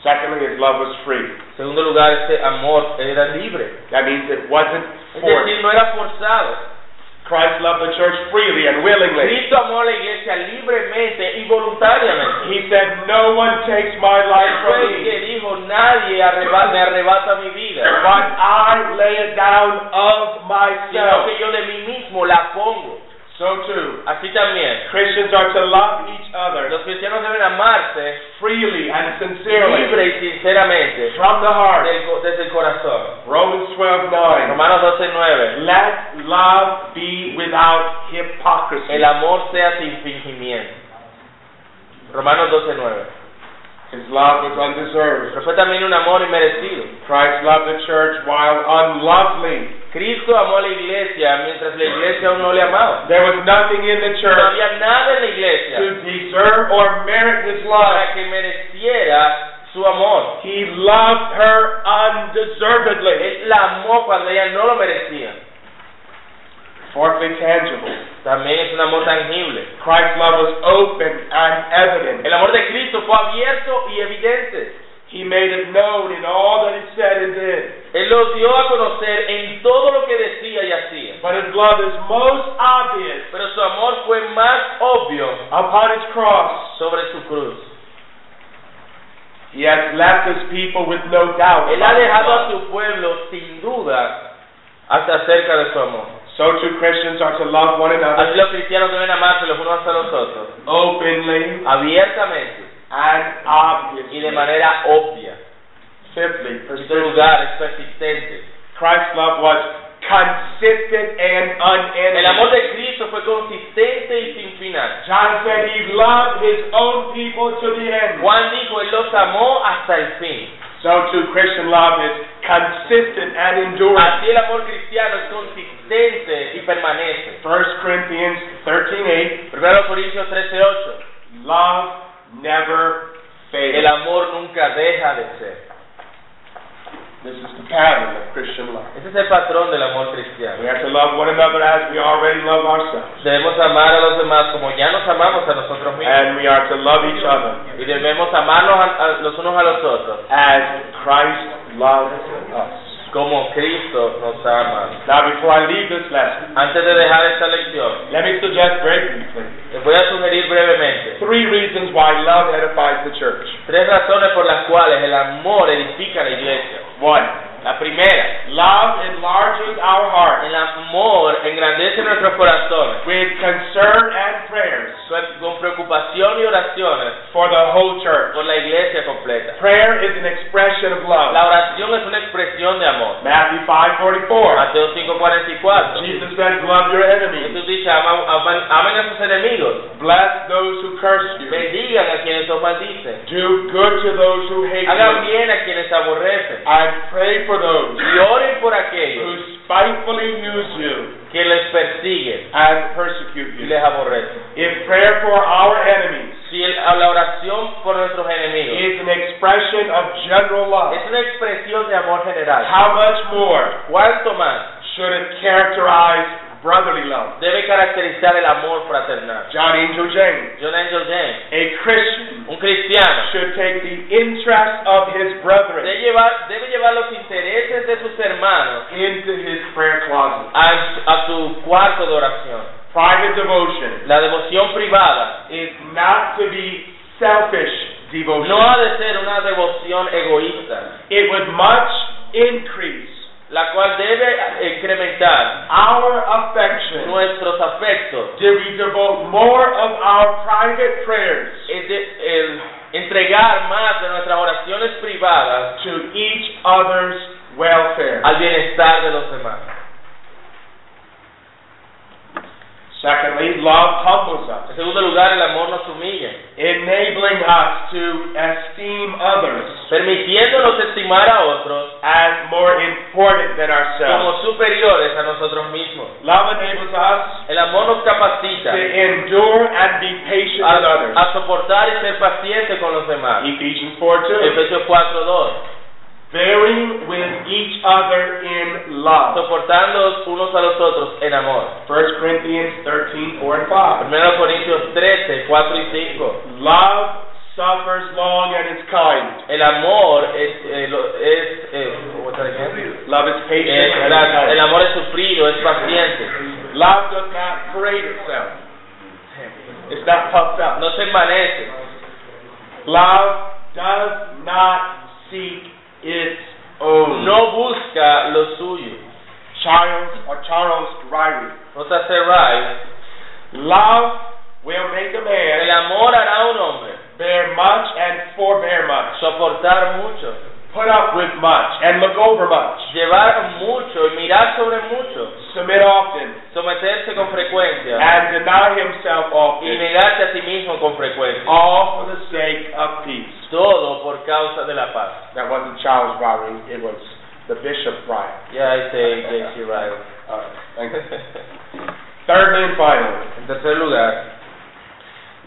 [SPEAKER 1] Secondly, his love was free.
[SPEAKER 2] En segundo lugar, este amor era libre.
[SPEAKER 1] That means it wasn't
[SPEAKER 2] Es decir,
[SPEAKER 1] forced.
[SPEAKER 2] no era forzado.
[SPEAKER 1] Christ loved the church freely and willingly.
[SPEAKER 2] Cristo amó a la iglesia libremente y voluntariamente.
[SPEAKER 1] He said, No one takes my life
[SPEAKER 2] Fue
[SPEAKER 1] from
[SPEAKER 2] el que
[SPEAKER 1] me,
[SPEAKER 2] dijo, nadie arreba- me arrebata mi vida,
[SPEAKER 1] but I lay it down of
[SPEAKER 2] sino
[SPEAKER 1] myself.
[SPEAKER 2] que yo de mí mismo la pongo.
[SPEAKER 1] So too,
[SPEAKER 2] Así también,
[SPEAKER 1] Christians are to love each other
[SPEAKER 2] los cristianos deben amarse
[SPEAKER 1] freely and sincerely
[SPEAKER 2] libre y sinceramente
[SPEAKER 1] from the heart.
[SPEAKER 2] del co- desde el corazón.
[SPEAKER 1] Romans 12 9.
[SPEAKER 2] Romanos 12:9,
[SPEAKER 1] Let love be without hypocrisy.
[SPEAKER 2] el amor sea sin fingimiento. Romanos 12:9.
[SPEAKER 1] His love was undeserved.
[SPEAKER 2] Pero fue también un amor inmerecido.
[SPEAKER 1] Christ loved the church while unlovely.
[SPEAKER 2] Cristo amó a la iglesia mientras la iglesia aún no le amaba.
[SPEAKER 1] There was nothing in the
[SPEAKER 2] No
[SPEAKER 1] church
[SPEAKER 2] había nada en la
[SPEAKER 1] to
[SPEAKER 2] iglesia
[SPEAKER 1] deserve or merit his love.
[SPEAKER 2] para que mereciera su amor.
[SPEAKER 1] He loved her undeservedly.
[SPEAKER 2] Él la amó cuando ella no lo merecía.
[SPEAKER 1] Fourthly, tangible.
[SPEAKER 2] También es un amor tangible.
[SPEAKER 1] Christ's love was open and evident.
[SPEAKER 2] El amor de Cristo fue abierto y evidente.
[SPEAKER 1] He made it known in all that he said and did.
[SPEAKER 2] Él lo dio a conocer en todo lo que decía y hacía.
[SPEAKER 1] But his love is most obvious
[SPEAKER 2] Pero su amor fue más obvio
[SPEAKER 1] upon his cross.
[SPEAKER 2] sobre su cruz.
[SPEAKER 1] He has left his people with no doubt.
[SPEAKER 2] Él ha
[SPEAKER 1] about his
[SPEAKER 2] dejado
[SPEAKER 1] love.
[SPEAKER 2] a su pueblo sin duda hasta acerca de su amor.
[SPEAKER 1] So too Christians are to love one another
[SPEAKER 2] Así los cristianos deben amarse los unos a los otros,
[SPEAKER 1] openly
[SPEAKER 2] abiertamente
[SPEAKER 1] and
[SPEAKER 2] y
[SPEAKER 1] obviously.
[SPEAKER 2] de manera obvia.
[SPEAKER 1] Fifthly,
[SPEAKER 2] En todo
[SPEAKER 1] persistently.
[SPEAKER 2] lugar es persistente.
[SPEAKER 1] Christ's love was consistent and
[SPEAKER 2] El amor
[SPEAKER 1] unending.
[SPEAKER 2] de Cristo fue consistente y sin final.
[SPEAKER 1] John said he loved his own people to the end.
[SPEAKER 2] Juan dijo, Él los amó hasta el fin.
[SPEAKER 1] So too, Christian love is consistent and enduring.
[SPEAKER 2] Así el amor cristiano es consistente y permanece.
[SPEAKER 1] 1 Corinthians 13:8,
[SPEAKER 2] 1 Corintios 13:8.
[SPEAKER 1] love never
[SPEAKER 2] El
[SPEAKER 1] fails.
[SPEAKER 2] amor nunca deja de ser.
[SPEAKER 1] This is the pattern of Christian love.
[SPEAKER 2] Ese es el patrón del amor
[SPEAKER 1] We
[SPEAKER 2] cristiano.
[SPEAKER 1] have to love one another as we already love ourselves.
[SPEAKER 2] Debemos amar a los demás como ya nos amamos a nosotros mismos.
[SPEAKER 1] And we are to love each other
[SPEAKER 2] Y debemos amarnos a- a los unos a los otros
[SPEAKER 1] as Christ loved us.
[SPEAKER 2] como Cristo nos ama.
[SPEAKER 1] Now, before I leave this lesson,
[SPEAKER 2] Antes de dejar esta lección,
[SPEAKER 1] let me suggest very briefly
[SPEAKER 2] les voy a sugerir brevemente
[SPEAKER 1] three reasons why love edifies the church.
[SPEAKER 2] tres razones por las cuales el amor edifica la iglesia.
[SPEAKER 1] One,
[SPEAKER 2] La primera,
[SPEAKER 1] love enlarges our heart
[SPEAKER 2] el amor engrandece nuestros corazones
[SPEAKER 1] with concern and prayers
[SPEAKER 2] con preocupación y oraciones
[SPEAKER 1] for the whole church.
[SPEAKER 2] por la iglesia completa.
[SPEAKER 1] Prayer is an expression of love.
[SPEAKER 2] La oración es una expresión de amor.
[SPEAKER 1] Matthew 5:44.
[SPEAKER 2] Mateo 5:44.
[SPEAKER 1] Jesus says, "Love your enemies,
[SPEAKER 2] Jesús dice, ama- ama- amen a sus enemigos,
[SPEAKER 1] bless those who curse you,
[SPEAKER 2] bendigan a quienes os maldicen,
[SPEAKER 1] do good to those who hate
[SPEAKER 2] hagan
[SPEAKER 1] you,
[SPEAKER 2] bien a quienes aborrecen
[SPEAKER 1] and pray for those
[SPEAKER 2] y oren por aquellos
[SPEAKER 1] who spitefully use you
[SPEAKER 2] que les persiguen
[SPEAKER 1] and persecute
[SPEAKER 2] y
[SPEAKER 1] you."
[SPEAKER 2] les aborrecen.
[SPEAKER 1] If prayer for our enemies
[SPEAKER 2] Si el- la oración por nuestros enemigos
[SPEAKER 1] is an expression of general love,
[SPEAKER 2] es una expresión de amor general,
[SPEAKER 1] how much more
[SPEAKER 2] ¿cuánto más
[SPEAKER 1] should it characterize brotherly love?
[SPEAKER 2] debe caracterizar el amor fraternal?
[SPEAKER 1] John Angel James,
[SPEAKER 2] John Angel James,
[SPEAKER 1] a Christian
[SPEAKER 2] un cristiano,
[SPEAKER 1] should take the interest of his brethren
[SPEAKER 2] debe llevar, debe llevar los intereses de sus hermanos
[SPEAKER 1] into his prayer closet.
[SPEAKER 2] a, a su cuarto de oración.
[SPEAKER 1] Private devotion
[SPEAKER 2] La devoción privada
[SPEAKER 1] is not to be selfish
[SPEAKER 2] no ha
[SPEAKER 1] devotion.
[SPEAKER 2] de ser una devoción egoísta,
[SPEAKER 1] It would much increase
[SPEAKER 2] la cual debe eh, incrementar
[SPEAKER 1] our affection
[SPEAKER 2] nuestros afectos,
[SPEAKER 1] Do we devote more of our private prayers
[SPEAKER 2] es de- el entregar más de nuestras oraciones privadas
[SPEAKER 1] to each other's welfare.
[SPEAKER 2] al bienestar de los demás.
[SPEAKER 1] Secondly, love humbles us,
[SPEAKER 2] En segundo lugar, el amor nos humilla,
[SPEAKER 1] enabling us to esteem others
[SPEAKER 2] permitiéndonos estimar a otros
[SPEAKER 1] as more important than ourselves.
[SPEAKER 2] como superiores a nosotros mismos.
[SPEAKER 1] Love enables us
[SPEAKER 2] El amor nos capacita
[SPEAKER 1] to endure and be patient with others.
[SPEAKER 2] a, a soportar y ser paciente con los demás.
[SPEAKER 1] Ephesians 4 2.
[SPEAKER 2] Efesios 4.2
[SPEAKER 1] Bearing with each other in love.
[SPEAKER 2] soportándoos unos a los otros en amor.
[SPEAKER 1] 1 Corinthians 13 4 and 5.
[SPEAKER 2] 1 Corintios 13, 4 y 5.
[SPEAKER 1] Love suffers long and is kind.
[SPEAKER 2] El amor es, eh, lo- es eh, ¿cómo está diciendo?
[SPEAKER 1] Love is
[SPEAKER 2] Es
[SPEAKER 1] patient and is
[SPEAKER 2] gra- el
[SPEAKER 1] kind.
[SPEAKER 2] amor es sufrido, es paciente,
[SPEAKER 1] Love does not parade itself. It's not puffed up.
[SPEAKER 2] no se envanece.
[SPEAKER 1] Love does not seek its own.
[SPEAKER 2] No busca lo suyo.
[SPEAKER 1] Charles or Charles Ryrie.
[SPEAKER 2] Nota Serray,
[SPEAKER 1] Love will make a
[SPEAKER 2] el
[SPEAKER 1] man
[SPEAKER 2] amor hará a un hombre
[SPEAKER 1] bear much and forbear much.
[SPEAKER 2] soportar mucho,
[SPEAKER 1] Put up with much and look over much.
[SPEAKER 2] llevar mucho y mirar sobre mucho,
[SPEAKER 1] Submit often
[SPEAKER 2] someterse con frecuencia
[SPEAKER 1] and deny himself
[SPEAKER 2] y
[SPEAKER 1] often.
[SPEAKER 2] negarse a sí mismo con frecuencia.
[SPEAKER 1] All for the sake of peace.
[SPEAKER 2] Todo por causa de la paz.
[SPEAKER 1] That wasn't Charles Ryrie. It was the Bishop Ryrie.
[SPEAKER 2] Yeah, I say J.C. Ryle.
[SPEAKER 1] Alright, thank you. Thirdly and finally,
[SPEAKER 2] *laughs* en tercer lugar,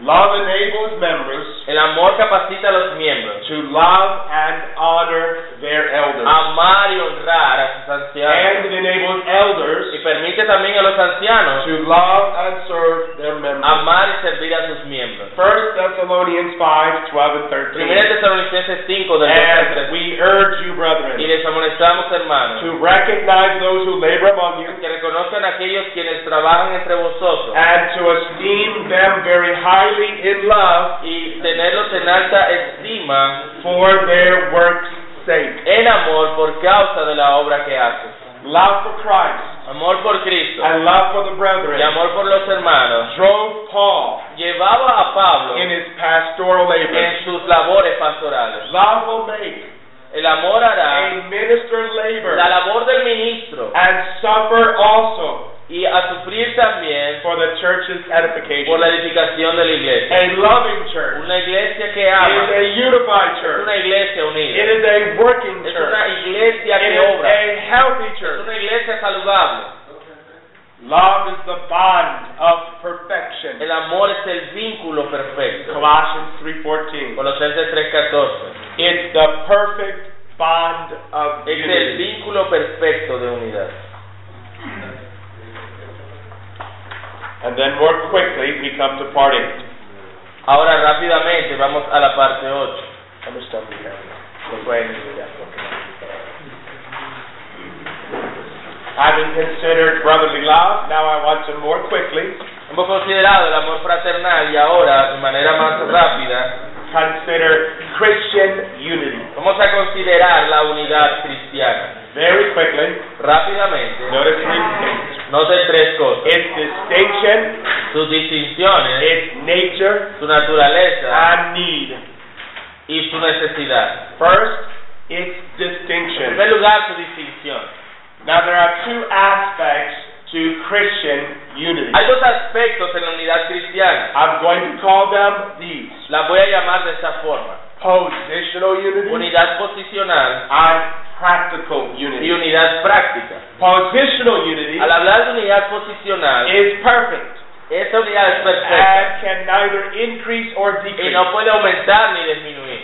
[SPEAKER 1] love enables members
[SPEAKER 2] el amor capacita a los miembros
[SPEAKER 1] to love and honor their elders.
[SPEAKER 2] a amar y honrar a sus ancianos
[SPEAKER 1] And it enables elders
[SPEAKER 2] y permite también a los ancianos
[SPEAKER 1] to love and serve their members.
[SPEAKER 2] amar y servir a sus miembros.
[SPEAKER 1] 1 Thessalonians 5, 12 and
[SPEAKER 2] Primera
[SPEAKER 1] 13.
[SPEAKER 2] de Tesalonicenses 5 del 2 al
[SPEAKER 1] And
[SPEAKER 2] 3.
[SPEAKER 1] we urge you,
[SPEAKER 2] Y
[SPEAKER 1] brethren,
[SPEAKER 2] les amonestamos,
[SPEAKER 1] to
[SPEAKER 2] hermanos,
[SPEAKER 1] recognize those who labor among you
[SPEAKER 2] que reconozcan a aquellos quienes trabajan entre vosotros
[SPEAKER 1] and to esteem them very highly in love
[SPEAKER 2] y tenerlos en alta estima
[SPEAKER 1] for their work's sake.
[SPEAKER 2] en amor por causa de la obra que hacen.
[SPEAKER 1] Love for Christ
[SPEAKER 2] Amor por Cristo
[SPEAKER 1] and love for the
[SPEAKER 2] y
[SPEAKER 1] brethren
[SPEAKER 2] amor por los hermanos.
[SPEAKER 1] drove Paul
[SPEAKER 2] Llevaba a Pablo
[SPEAKER 1] in his pastoral labors.
[SPEAKER 2] en sus labores pastorales.
[SPEAKER 1] Love will make
[SPEAKER 2] El amor hará
[SPEAKER 1] a minister labor
[SPEAKER 2] la labor del ministro
[SPEAKER 1] and suffer also
[SPEAKER 2] y a sufrir también
[SPEAKER 1] for the church's
[SPEAKER 2] por la
[SPEAKER 1] edification.
[SPEAKER 2] edificación de la iglesia.
[SPEAKER 1] A loving church
[SPEAKER 2] Una iglesia que
[SPEAKER 1] is
[SPEAKER 2] ama,
[SPEAKER 1] a unified
[SPEAKER 2] es
[SPEAKER 1] church.
[SPEAKER 2] una iglesia
[SPEAKER 1] It
[SPEAKER 2] unida,
[SPEAKER 1] is a working
[SPEAKER 2] es
[SPEAKER 1] church.
[SPEAKER 2] una iglesia
[SPEAKER 1] It
[SPEAKER 2] que
[SPEAKER 1] is
[SPEAKER 2] obra,
[SPEAKER 1] a healthy
[SPEAKER 2] es
[SPEAKER 1] church.
[SPEAKER 2] una iglesia saludable.
[SPEAKER 1] Love is the bond of perfection.
[SPEAKER 2] El amor es el vínculo perfecto.
[SPEAKER 1] Colossians 3:14.
[SPEAKER 2] Colosenses 3:14.
[SPEAKER 1] It's the perfect bond of
[SPEAKER 2] Es el
[SPEAKER 1] unity.
[SPEAKER 2] vínculo perfecto de unidad.
[SPEAKER 1] And then more quickly we come to part eight.
[SPEAKER 2] Ahora rápidamente vamos a la parte 8.
[SPEAKER 1] How much time do we have? Having considered brotherly love, now I want to more quickly
[SPEAKER 2] Hemos considerado el amor fraternal y ahora, de manera más rápida,
[SPEAKER 1] consider Christian unity.
[SPEAKER 2] vamos a considerar la unidad cristiana.
[SPEAKER 1] Very quickly,
[SPEAKER 2] Rápidamente,
[SPEAKER 1] notice three things.
[SPEAKER 2] noten tres cosas.
[SPEAKER 1] Its distinction,
[SPEAKER 2] Sus distinciones,
[SPEAKER 1] its nature,
[SPEAKER 2] su naturaleza
[SPEAKER 1] and need.
[SPEAKER 2] y su necesidad.
[SPEAKER 1] First, its
[SPEAKER 2] En
[SPEAKER 1] distinction.
[SPEAKER 2] primer lugar, su distinción.
[SPEAKER 1] Now there are two aspects to Christian unity.
[SPEAKER 2] Hay dos aspectos en la unidad cristiana.
[SPEAKER 1] I'm going to call them these.
[SPEAKER 2] Las voy a llamar de esta forma.
[SPEAKER 1] Positional unity
[SPEAKER 2] Unidad posicional
[SPEAKER 1] and practical
[SPEAKER 2] y
[SPEAKER 1] unity.
[SPEAKER 2] unidad práctica.
[SPEAKER 1] Positional unity
[SPEAKER 2] Al hablar de unidad posicional,
[SPEAKER 1] is perfect
[SPEAKER 2] esta unidad es
[SPEAKER 1] and
[SPEAKER 2] perfecta
[SPEAKER 1] can neither increase or
[SPEAKER 2] y
[SPEAKER 1] decrease.
[SPEAKER 2] no puede aumentar ni disminuir.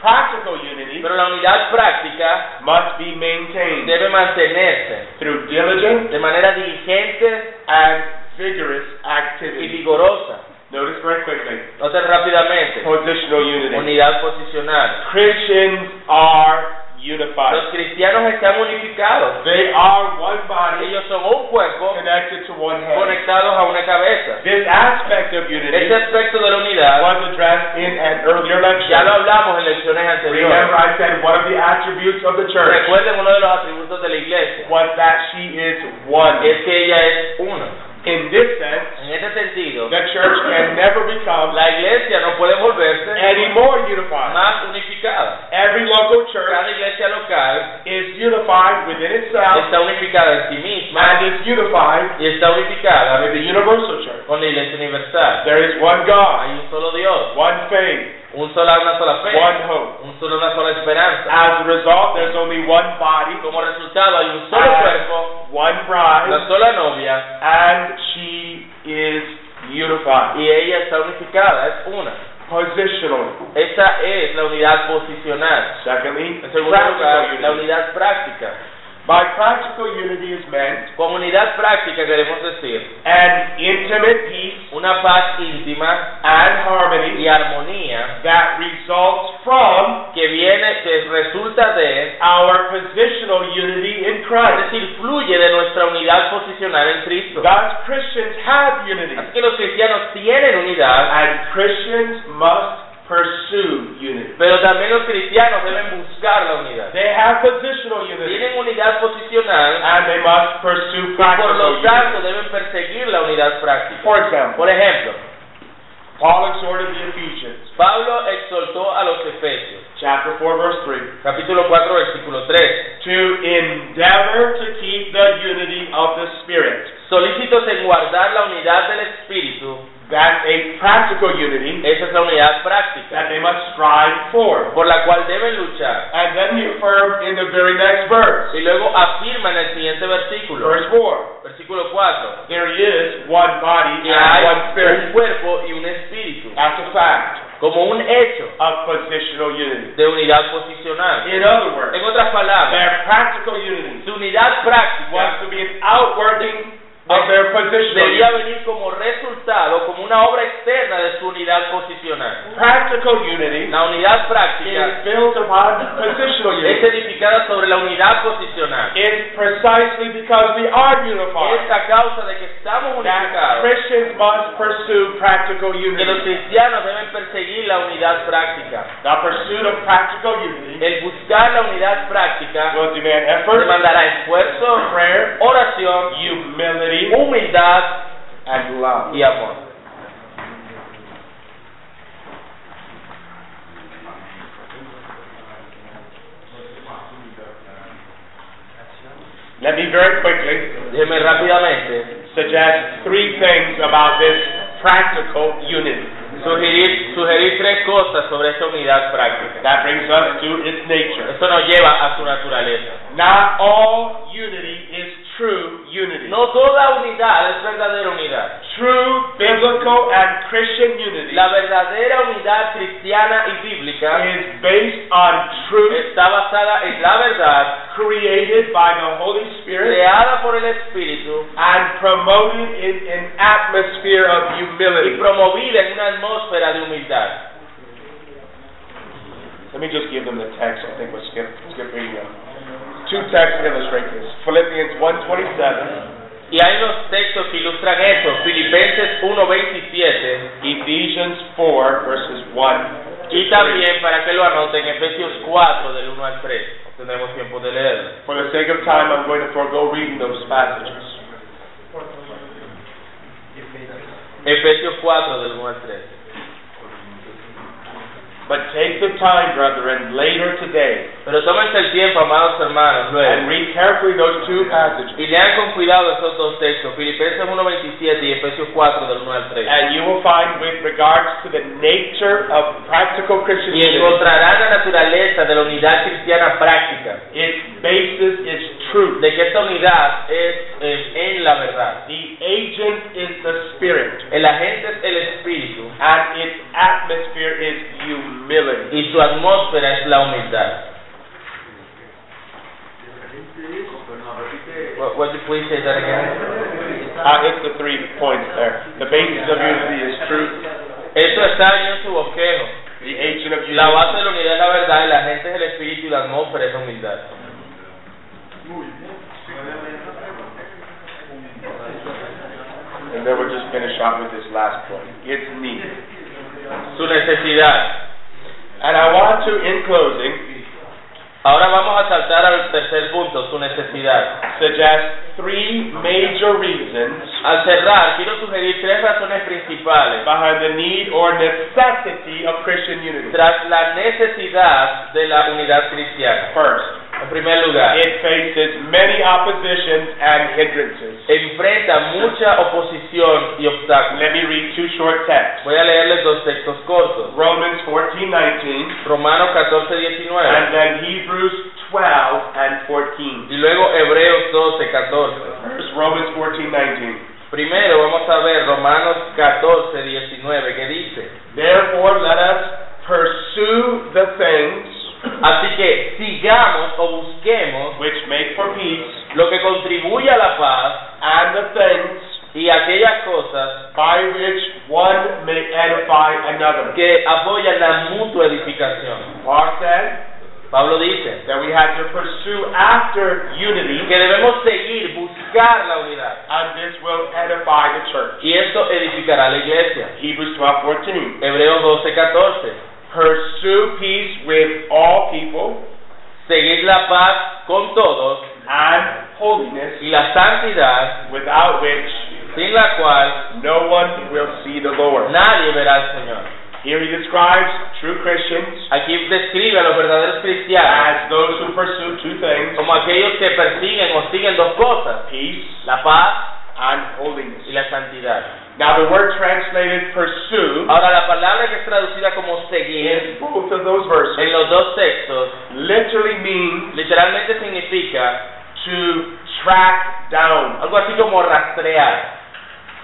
[SPEAKER 1] Practical unity
[SPEAKER 2] Pero la unidad práctica
[SPEAKER 1] must be maintained
[SPEAKER 2] debe mantenerse
[SPEAKER 1] through diligent
[SPEAKER 2] de manera diligente
[SPEAKER 1] and vigorous
[SPEAKER 2] y
[SPEAKER 1] activity.
[SPEAKER 2] vigorosa.
[SPEAKER 1] Notice very quickly.
[SPEAKER 2] Noten rápidamente,
[SPEAKER 1] Positional unity.
[SPEAKER 2] unidad posicional.
[SPEAKER 1] Christians are
[SPEAKER 2] Los
[SPEAKER 1] unified.
[SPEAKER 2] cristianos están unificados.
[SPEAKER 1] They are one body
[SPEAKER 2] Ellos son un cuerpo
[SPEAKER 1] connected to one head.
[SPEAKER 2] conectados a una cabeza.
[SPEAKER 1] This aspect of unity
[SPEAKER 2] Este aspecto de la unidad
[SPEAKER 1] was addressed in an earlier
[SPEAKER 2] ya lo
[SPEAKER 1] lecture.
[SPEAKER 2] hablamos en lecciones
[SPEAKER 1] Remember,
[SPEAKER 2] anteriores.
[SPEAKER 1] I said one of the attributes of the church
[SPEAKER 2] Recuerden uno de los atributos de la iglesia,
[SPEAKER 1] was that she is one.
[SPEAKER 2] es que ella es uno.
[SPEAKER 1] In this sense,
[SPEAKER 2] En este sentido,
[SPEAKER 1] the church can never become
[SPEAKER 2] la iglesia no puede volverse
[SPEAKER 1] any more unified.
[SPEAKER 2] más unificada.
[SPEAKER 1] Every local church
[SPEAKER 2] Cada iglesia local
[SPEAKER 1] is unified within itself
[SPEAKER 2] está unificada en sí misma
[SPEAKER 1] and is unified
[SPEAKER 2] y está unificada
[SPEAKER 1] with the universal church.
[SPEAKER 2] con la iglesia universal.
[SPEAKER 1] There is one God,
[SPEAKER 2] Hay un solo Dios,
[SPEAKER 1] one faith,
[SPEAKER 2] un sola, una sola
[SPEAKER 1] one
[SPEAKER 2] fe,
[SPEAKER 1] hope.
[SPEAKER 2] un solo, una sola esperanza.
[SPEAKER 1] As a result, there's only one body,
[SPEAKER 2] Como resultado hay un solo cuerpo,
[SPEAKER 1] and one bride,
[SPEAKER 2] una sola novia
[SPEAKER 1] and she is unified
[SPEAKER 2] y ella está unificada, es una.
[SPEAKER 1] positionally.
[SPEAKER 2] Esa es la unidad posicional.
[SPEAKER 1] Secondly,
[SPEAKER 2] En segundo lugar, la
[SPEAKER 1] practical unity.
[SPEAKER 2] unidad práctica.
[SPEAKER 1] By practical unity is meant
[SPEAKER 2] Con unidad práctica queremos decir
[SPEAKER 1] an intimate peace
[SPEAKER 2] una paz íntima
[SPEAKER 1] and harmony
[SPEAKER 2] y armonía
[SPEAKER 1] that results from
[SPEAKER 2] que viene, que resulta de
[SPEAKER 1] our positional unity in
[SPEAKER 2] Es
[SPEAKER 1] Christ.
[SPEAKER 2] decir, fluye de nuestra unidad posicional en Cristo.
[SPEAKER 1] Thus, Christians have unity,
[SPEAKER 2] Así que los cristianos tienen unidad,
[SPEAKER 1] and Christians must pursue unity.
[SPEAKER 2] pero también los cristianos deben buscar la unidad.
[SPEAKER 1] They have positional unity,
[SPEAKER 2] Tienen unidad posicional
[SPEAKER 1] and they must pursue
[SPEAKER 2] y por
[SPEAKER 1] practical
[SPEAKER 2] lo
[SPEAKER 1] unity.
[SPEAKER 2] tanto deben perseguir la unidad práctica.
[SPEAKER 1] For example,
[SPEAKER 2] Por ejemplo,
[SPEAKER 1] Paul exhorted the Ephesians,
[SPEAKER 2] Pablo exhortó a los Efesios,
[SPEAKER 1] chapter 4, verse 3,
[SPEAKER 2] capítulo 4, versículo 3,
[SPEAKER 1] to endeavor to keep the unity of the Spirit.
[SPEAKER 2] solícitos en guardar la unidad del Espíritu,
[SPEAKER 1] That's a practical unity
[SPEAKER 2] esa es la unidad práctica,
[SPEAKER 1] that they must strive for.
[SPEAKER 2] por la cual deben luchar.
[SPEAKER 1] And then he affirmed in the very next verse,
[SPEAKER 2] Y luego afirma en el siguiente versículo,
[SPEAKER 1] verse 4,
[SPEAKER 2] versículo 4,
[SPEAKER 1] there is one body
[SPEAKER 2] que
[SPEAKER 1] and one
[SPEAKER 2] hay un
[SPEAKER 1] spirit.
[SPEAKER 2] cuerpo y un espíritu,
[SPEAKER 1] That's a fact
[SPEAKER 2] como un hecho
[SPEAKER 1] of positional unity.
[SPEAKER 2] de unidad posicional.
[SPEAKER 1] In other words,
[SPEAKER 2] En otras palabras,
[SPEAKER 1] their practical unity
[SPEAKER 2] su unidad
[SPEAKER 1] was
[SPEAKER 2] práctica
[SPEAKER 1] to be an outworking of their positional
[SPEAKER 2] debía
[SPEAKER 1] unity.
[SPEAKER 2] venir como resultado, como una obra externa de su unidad posicional.
[SPEAKER 1] Practical unity
[SPEAKER 2] La unidad
[SPEAKER 1] is
[SPEAKER 2] práctica
[SPEAKER 1] built upon positional
[SPEAKER 2] es
[SPEAKER 1] unity.
[SPEAKER 2] edificada sobre la unidad posicional.
[SPEAKER 1] It's precisely because we are
[SPEAKER 2] Es
[SPEAKER 1] unified
[SPEAKER 2] a causa de que estamos
[SPEAKER 1] that
[SPEAKER 2] unificados,
[SPEAKER 1] Christians must pursue practical
[SPEAKER 2] que los
[SPEAKER 1] unity.
[SPEAKER 2] cristianos deben perseguir la unidad práctica.
[SPEAKER 1] The pursuit of practical unity
[SPEAKER 2] El buscar la unidad práctica
[SPEAKER 1] will demand effort,
[SPEAKER 2] demandará esfuerzo,
[SPEAKER 1] prayer,
[SPEAKER 2] oración,
[SPEAKER 1] humility,
[SPEAKER 2] humildad
[SPEAKER 1] and love.
[SPEAKER 2] y amor.
[SPEAKER 1] Let me very quickly
[SPEAKER 2] Déjeme rápidamente
[SPEAKER 1] suggest three things about this practical unity.
[SPEAKER 2] sugerir, sugerir tres cosas sobre esta unidad práctica.
[SPEAKER 1] That brings us to its nature.
[SPEAKER 2] Esto nos lleva a su naturaleza.
[SPEAKER 1] Not all unity is true unity.
[SPEAKER 2] No toda unidad es verdadera unidad.
[SPEAKER 1] True biblical and Christian unity
[SPEAKER 2] La verdadera unidad cristiana y bíblica
[SPEAKER 1] is based on truth
[SPEAKER 2] está basada en la verdad
[SPEAKER 1] created by the Holy Spirit
[SPEAKER 2] creada por el Espíritu
[SPEAKER 1] and promoted in an atmosphere of humility.
[SPEAKER 2] y promovida en una atmósfera de humildad.
[SPEAKER 1] Let me just give them the text. I think we'll skip, skip reading them. Two texts illustrate this. Philippians 1.27,
[SPEAKER 2] Y hay unos textos que ilustran eso. Filipenses 1.27
[SPEAKER 1] Ephesians 4, verses 1 to
[SPEAKER 2] Y también, para que lo anoten, Efesios 4, del 1 al 3. Tendremos tiempo de leerlo.
[SPEAKER 1] 3. For the sake of time, I'm going to forego reading those passages.
[SPEAKER 2] Efesios 4, del 1 al 3.
[SPEAKER 1] But take the time, brethren, later today,
[SPEAKER 2] Pero tómense el tiempo, amados hermanos,
[SPEAKER 1] and
[SPEAKER 2] luego.
[SPEAKER 1] read carefully those two passages,
[SPEAKER 2] Y lean con cuidado esos dos textos, Filipenses 1.27 y Efesios 4, del 1 al 3.
[SPEAKER 1] and you will find with regards to the nature of practical Christian
[SPEAKER 2] Y
[SPEAKER 1] unity,
[SPEAKER 2] encontrarán la naturaleza de la unidad cristiana práctica,
[SPEAKER 1] its basis is truth.
[SPEAKER 2] de que esta unidad es eh, en la verdad.
[SPEAKER 1] The agent is the spirit,
[SPEAKER 2] El agente es el Espíritu
[SPEAKER 1] and its atmosphere is humility.
[SPEAKER 2] y su atmósfera es la humildad. What, what did you please say that again?
[SPEAKER 1] Uh, it's the three points there. The basis of unity is truth.
[SPEAKER 2] Eso está en su bosquejo.
[SPEAKER 1] The agent of
[SPEAKER 2] La
[SPEAKER 1] unity.
[SPEAKER 2] base de la unidad es la verdad, y la gente es el espíritu y la atmósfera es la humildad.
[SPEAKER 1] And then we'll just finish off with this last point. It's need.
[SPEAKER 2] Su necesidad.
[SPEAKER 1] And I want to, in closing,
[SPEAKER 2] Ahora vamos a saltar al tercer punto, su necesidad.
[SPEAKER 1] suggest three major reasons
[SPEAKER 2] Al cerrar, quiero sugerir tres razones principales
[SPEAKER 1] behind the need or necessity of Christian unity.
[SPEAKER 2] tras la necesidad de la unidad cristiana.
[SPEAKER 1] First,
[SPEAKER 2] En primer lugar,
[SPEAKER 1] it faces many oppositions and hindrances.
[SPEAKER 2] enfrenta mucha oposición y obstáculos.
[SPEAKER 1] Let me read two short texts.
[SPEAKER 2] Voy a leerles dos textos cortos.
[SPEAKER 1] Romans 14, 19,
[SPEAKER 2] Romanos 14, 19.
[SPEAKER 1] and then Hebrews 12 and 14.
[SPEAKER 2] Y luego Hebreos 12, 14.
[SPEAKER 1] First, Romans 14, 19.
[SPEAKER 2] Primero vamos a ver Romanos 14, 19, que dice,
[SPEAKER 1] Therefore, let us pursue the things
[SPEAKER 2] así que sigamos o busquemos
[SPEAKER 1] which make for peace
[SPEAKER 2] lo que contribuye a la paz
[SPEAKER 1] and the things
[SPEAKER 2] y aquellas cosas
[SPEAKER 1] by which one may edify another.
[SPEAKER 2] que apoyan la mutua edificación.
[SPEAKER 1] Paul said
[SPEAKER 2] Pablo dice
[SPEAKER 1] that we had to pursue after unity,
[SPEAKER 2] que debemos seguir, buscar la unidad
[SPEAKER 1] and this will edify the church.
[SPEAKER 2] y esto edificará la iglesia.
[SPEAKER 1] Hebrews 12:14.
[SPEAKER 2] Hebreos 12, 14.
[SPEAKER 1] Pursue peace with all people
[SPEAKER 2] Seguir la paz con todos
[SPEAKER 1] and holiness,
[SPEAKER 2] y la santidad
[SPEAKER 1] without which
[SPEAKER 2] sin la cual
[SPEAKER 1] no one will see the Lord.
[SPEAKER 2] nadie verá al Señor.
[SPEAKER 1] Here he describes true Christians
[SPEAKER 2] Aquí describe a los verdaderos cristianos
[SPEAKER 1] as those who pursue two things
[SPEAKER 2] como aquellos que persiguen o siguen dos cosas,
[SPEAKER 1] peace
[SPEAKER 2] la paz
[SPEAKER 1] and holiness.
[SPEAKER 2] y la santidad.
[SPEAKER 1] Now, the word translated pursue
[SPEAKER 2] Ahora, la palabra que es traducida como seguir
[SPEAKER 1] in both of those verses
[SPEAKER 2] en los dos textos
[SPEAKER 1] literally means
[SPEAKER 2] literalmente significa
[SPEAKER 1] to track down.
[SPEAKER 2] algo así como rastrear.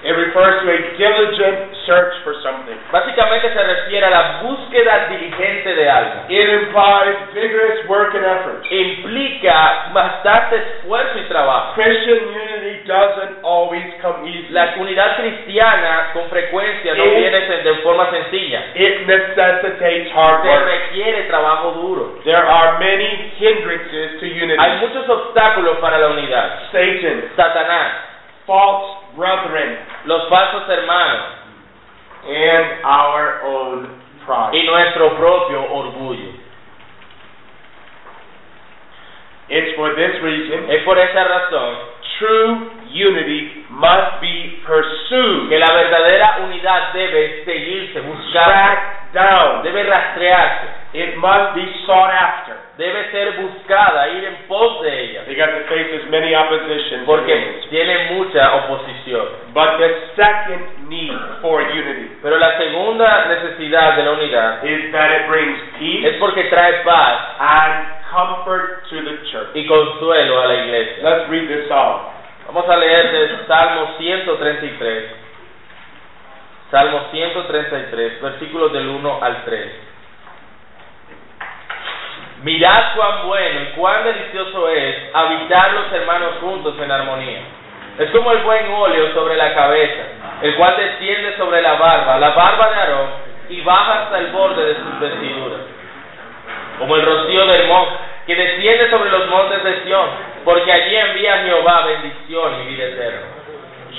[SPEAKER 1] It refers to a diligent search for something.
[SPEAKER 2] Básicamente se refiere a la búsqueda diligente de algo.
[SPEAKER 1] It implies vigorous work and effort.
[SPEAKER 2] Implica bastante esfuerzo y trabajo.
[SPEAKER 1] Christian unity doesn't always come easily.
[SPEAKER 2] La unidad cristiana con frecuencia no viene de forma sencilla.
[SPEAKER 1] It necessitates hard
[SPEAKER 2] Se
[SPEAKER 1] work.
[SPEAKER 2] requiere trabajo duro.
[SPEAKER 1] There are many hindrances to
[SPEAKER 2] Hay
[SPEAKER 1] unity.
[SPEAKER 2] muchos obstáculos para la unidad.
[SPEAKER 1] Satan,
[SPEAKER 2] Satanás,
[SPEAKER 1] false brethren,
[SPEAKER 2] los falsos hermanos
[SPEAKER 1] and our own
[SPEAKER 2] y
[SPEAKER 1] pride.
[SPEAKER 2] nuestro propio orgullo.
[SPEAKER 1] It's for this reason
[SPEAKER 2] Es por esa razón
[SPEAKER 1] true unity must be
[SPEAKER 2] que
[SPEAKER 1] pursued,
[SPEAKER 2] la verdadera unidad debe seguirse, buscarse,
[SPEAKER 1] tracked down.
[SPEAKER 2] debe rastrearse,
[SPEAKER 1] It must be sought after.
[SPEAKER 2] debe ser buscada, ir en pos de ella,
[SPEAKER 1] They got to face as many oppositions.
[SPEAKER 2] porque tiene mucha oposición.
[SPEAKER 1] But the second need for unity
[SPEAKER 2] Pero la segunda necesidad de la unidad
[SPEAKER 1] is that it brings
[SPEAKER 2] es
[SPEAKER 1] peace
[SPEAKER 2] porque trae paz
[SPEAKER 1] and comfort to the church.
[SPEAKER 2] y consuelo a la iglesia.
[SPEAKER 1] Let's read this psalm.
[SPEAKER 2] Vamos a leer de Salmo 133. Salmo 133, versículos del 1 al 3. Mirad cuán bueno y cuán delicioso es habitar los hermanos juntos en armonía. Es como el buen óleo sobre la cabeza, el cual desciende sobre la barba, la barba de Aarón, y baja hasta el borde de sus vestiduras. Como el rocío del monte, que desciende sobre los montes de Sión, porque allí envía Jehová bendición y vida eterna.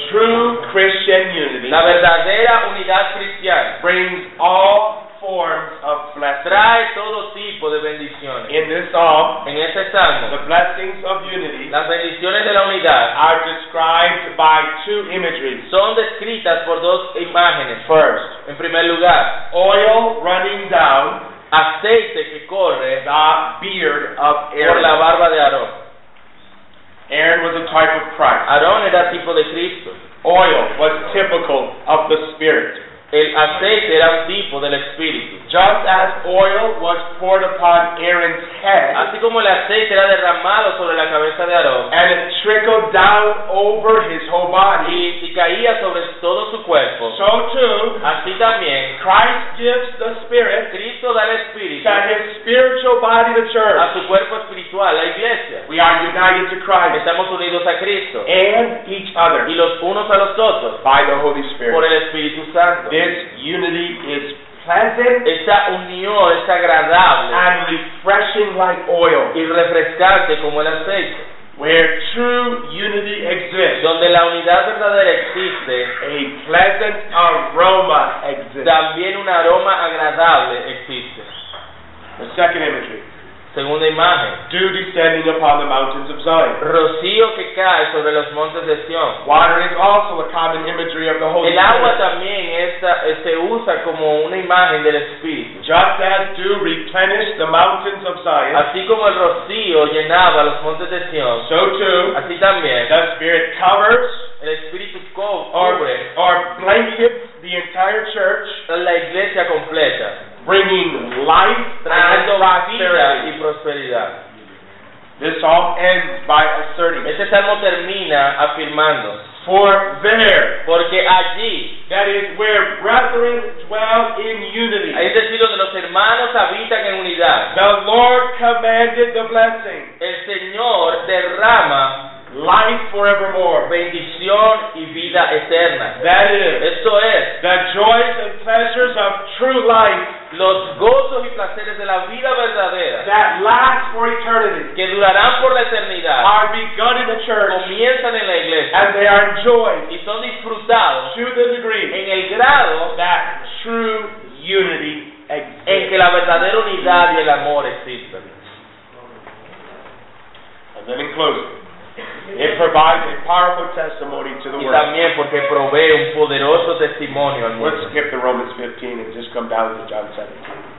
[SPEAKER 1] True Christian unity
[SPEAKER 2] La verdadera unidad cristiana
[SPEAKER 1] brings all forms of blessing.
[SPEAKER 2] trae todo tipo de bendiciones.
[SPEAKER 1] In this psalm,
[SPEAKER 2] En este salmo,
[SPEAKER 1] the blessings of unity
[SPEAKER 2] las bendiciones de la unidad
[SPEAKER 1] are described by two imageries.
[SPEAKER 2] son descritas por dos imágenes.
[SPEAKER 1] First,
[SPEAKER 2] En primer lugar,
[SPEAKER 1] oil running down
[SPEAKER 2] aceite que corre
[SPEAKER 1] the beard of
[SPEAKER 2] por la
[SPEAKER 1] Aaron.
[SPEAKER 2] barba de Aarón.
[SPEAKER 1] Aaron was a type of Christ.
[SPEAKER 2] Aarón era tipo de Cristo.
[SPEAKER 1] Oil was typical of the Spirit.
[SPEAKER 2] El aceite era un tipo del Espíritu.
[SPEAKER 1] Just as oil was poured upon Aaron's head
[SPEAKER 2] Así como el aceite era derramado sobre la cabeza de Aarón
[SPEAKER 1] and it trickled down over his whole body,
[SPEAKER 2] y, y caía sobre todo su cuerpo,
[SPEAKER 1] so too
[SPEAKER 2] así también
[SPEAKER 1] Christ gives the Spirit
[SPEAKER 2] Cristo da el
[SPEAKER 1] to
[SPEAKER 2] Espíritu
[SPEAKER 1] his spiritual body, the
[SPEAKER 2] a
[SPEAKER 1] church.
[SPEAKER 2] su cuerpo espiritual, la iglesia.
[SPEAKER 1] We are united to Christ
[SPEAKER 2] Estamos unidos a Cristo
[SPEAKER 1] and each other
[SPEAKER 2] y los unos a los otros
[SPEAKER 1] by the Holy
[SPEAKER 2] por
[SPEAKER 1] Spirit.
[SPEAKER 2] el Espíritu Santo.
[SPEAKER 1] This unity is pleasant
[SPEAKER 2] Esta unión es agradable
[SPEAKER 1] and refreshing like oil.
[SPEAKER 2] y refrescante como el aceite.
[SPEAKER 1] Where true unity exists,
[SPEAKER 2] Donde la unidad verdadera existe,
[SPEAKER 1] a pleasant aroma exists.
[SPEAKER 2] también un aroma agradable existe.
[SPEAKER 1] The second imagery
[SPEAKER 2] Segunda imagen,
[SPEAKER 1] dew descending upon the mountains of Zion.
[SPEAKER 2] rocío que cae sobre los montes de Sión.
[SPEAKER 1] Water is also a common imagery of the Holy
[SPEAKER 2] El agua
[SPEAKER 1] Spirit.
[SPEAKER 2] también esta- eh, se usa como una imagen del Espíritu.
[SPEAKER 1] Just as dew replenished the mountains of Zion,
[SPEAKER 2] Así como el rocío llenaba los montes de Sión,
[SPEAKER 1] so too
[SPEAKER 2] así también
[SPEAKER 1] the Spirit covers
[SPEAKER 2] el Espíritu co-
[SPEAKER 1] or,
[SPEAKER 2] cubre
[SPEAKER 1] or blankets the entire church,
[SPEAKER 2] a la iglesia completa,
[SPEAKER 1] bringing life and
[SPEAKER 2] trayendo vida
[SPEAKER 1] prosperity.
[SPEAKER 2] y prosperidad.
[SPEAKER 1] This psalm ends by asserting
[SPEAKER 2] Este salmo termina afirmando,
[SPEAKER 1] For there,
[SPEAKER 2] porque allí,
[SPEAKER 1] that is where brethren dwell in unity,
[SPEAKER 2] es decir, donde este los hermanos habitan en unidad,
[SPEAKER 1] the Lord commanded the blessing,
[SPEAKER 2] el Señor derrama
[SPEAKER 1] life forevermore.
[SPEAKER 2] bendición y vida eterna.
[SPEAKER 1] That is,
[SPEAKER 2] Esto es,
[SPEAKER 1] the joys and pleasures of true life
[SPEAKER 2] los gozos y placeres de la vida verdadera,
[SPEAKER 1] that last for eternity
[SPEAKER 2] que durarán por la eternidad.
[SPEAKER 1] are begun in the church
[SPEAKER 2] comienzan en la iglesia
[SPEAKER 1] and they are enjoyed
[SPEAKER 2] y son disfrutados
[SPEAKER 1] to the degree
[SPEAKER 2] en el grado
[SPEAKER 1] that true unity
[SPEAKER 2] en
[SPEAKER 1] exists.
[SPEAKER 2] que la verdadera unidad y el amor existen.
[SPEAKER 1] And then in closing, it provides a powerful testimony to the
[SPEAKER 2] Y
[SPEAKER 1] world.
[SPEAKER 2] también porque provee un poderoso testimonio
[SPEAKER 1] Let's
[SPEAKER 2] al mundo.
[SPEAKER 1] skip the Romans 15 and just come down to John 17.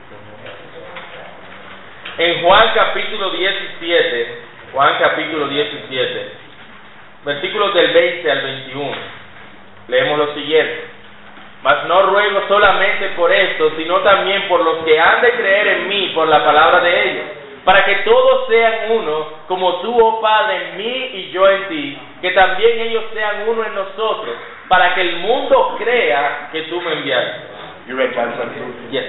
[SPEAKER 2] En Juan capítulo 17, Juan capítulo 17, versículos del 20 al 21, leemos lo siguiente. Mas no ruego solamente por esto, sino también por los que han de creer en mí por la palabra de ellos, para que todos sean uno, como tú, oh Padre, en mí y yo en ti, que también ellos sean uno en nosotros, para que el mundo crea que tú me enviaste.
[SPEAKER 1] You read John 17?
[SPEAKER 2] Yes.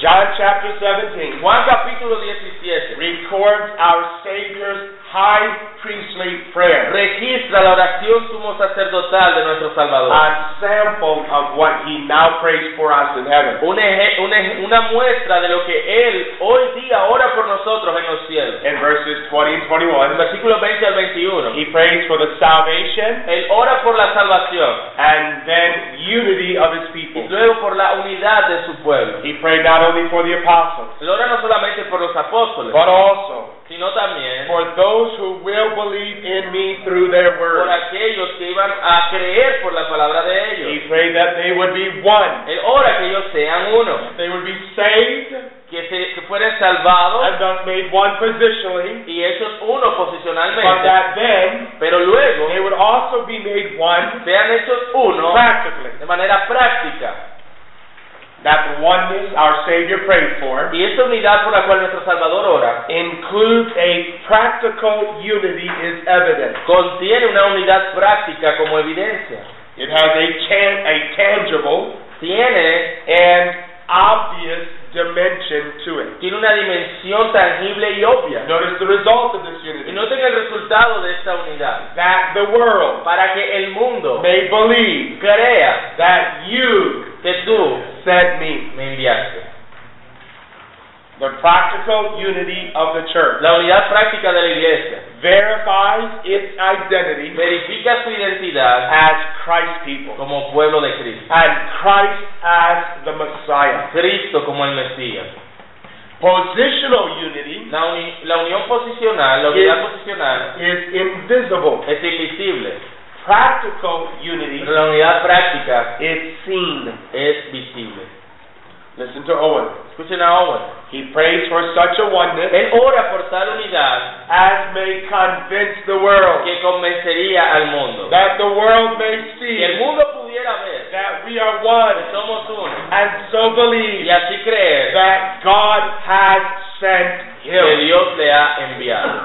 [SPEAKER 1] John chapter 17
[SPEAKER 2] Juan capítulo 17.
[SPEAKER 1] records our Savior's high priestly prayer,
[SPEAKER 2] registra la oración sumo sacerdotal de nuestro
[SPEAKER 1] a
[SPEAKER 2] Salvador.
[SPEAKER 1] sample of what he now prays for us in heaven.
[SPEAKER 2] Un eje- un eje- una muestra de lo que Él hoy día ora por nosotros en los cielos.
[SPEAKER 1] In verses 20 and
[SPEAKER 2] En
[SPEAKER 1] 21,
[SPEAKER 2] versículos 20 al 21,
[SPEAKER 1] he prays for the salvation
[SPEAKER 2] Él ora por la salvación
[SPEAKER 1] and then unity of his
[SPEAKER 2] y
[SPEAKER 1] people.
[SPEAKER 2] luego por la unidad de su pueblo.
[SPEAKER 1] He prayed not only for the apostles,
[SPEAKER 2] Él ora no solamente por los apóstoles,
[SPEAKER 1] but also
[SPEAKER 2] sino también
[SPEAKER 1] for those who will believe in me through their
[SPEAKER 2] por
[SPEAKER 1] word.
[SPEAKER 2] aquellos que iban a creer por la palabra de
[SPEAKER 1] He
[SPEAKER 2] ellos.
[SPEAKER 1] prayed that they would be one,
[SPEAKER 2] Él ora que ellos sean uno,
[SPEAKER 1] they would be saved,
[SPEAKER 2] que se- que fueren salvados
[SPEAKER 1] and not made one positionally,
[SPEAKER 2] y hechos uno
[SPEAKER 1] but
[SPEAKER 2] posicionalmente,
[SPEAKER 1] that then
[SPEAKER 2] pero luego
[SPEAKER 1] they would also be made one
[SPEAKER 2] sean hechos uno
[SPEAKER 1] practically.
[SPEAKER 2] de manera práctica.
[SPEAKER 1] That oneness our Savior prayed for
[SPEAKER 2] Y esta unidad por la cual nuestro Salvador ora
[SPEAKER 1] includes a practical unity is evident.
[SPEAKER 2] contiene una unidad práctica como evidencia.
[SPEAKER 1] It has a, tan- a tangible
[SPEAKER 2] Tiene,
[SPEAKER 1] and obvious dimension to it.
[SPEAKER 2] tiene una dimensión tangible y obvia.
[SPEAKER 1] Notice the result of this unity.
[SPEAKER 2] Y noten el resultado de esta unidad.
[SPEAKER 1] That the world
[SPEAKER 2] Para que el mundo
[SPEAKER 1] may believe
[SPEAKER 2] crea
[SPEAKER 1] that you
[SPEAKER 2] que tú
[SPEAKER 1] sent me.
[SPEAKER 2] me enviaste.
[SPEAKER 1] The practical unity of the church
[SPEAKER 2] La unidad práctica de la iglesia
[SPEAKER 1] verifies its identity
[SPEAKER 2] verifica su identidad
[SPEAKER 1] as Christ people
[SPEAKER 2] como pueblo de Cristo.
[SPEAKER 1] and Christ as the Messiah.
[SPEAKER 2] Cristo como el Mesías.
[SPEAKER 1] Positional unity
[SPEAKER 2] La, uni- la unión posicional, la unidad posicional
[SPEAKER 1] is invisible.
[SPEAKER 2] es invisible,
[SPEAKER 1] Practical unity
[SPEAKER 2] pero la unidad práctica
[SPEAKER 1] is seen.
[SPEAKER 2] es visible.
[SPEAKER 1] Listen to Owen.
[SPEAKER 2] Escuchen a Owen.
[SPEAKER 1] He prays for such a oneness
[SPEAKER 2] Él ora por tal unidad
[SPEAKER 1] as may convince the world
[SPEAKER 2] que convencería al mundo.
[SPEAKER 1] that the world may see
[SPEAKER 2] Que el mundo pudiera ver
[SPEAKER 1] that we are one
[SPEAKER 2] que somos uno
[SPEAKER 1] and so
[SPEAKER 2] y
[SPEAKER 1] believe
[SPEAKER 2] así creer
[SPEAKER 1] that God has sent
[SPEAKER 2] que
[SPEAKER 1] him.
[SPEAKER 2] Dios le ha enviado.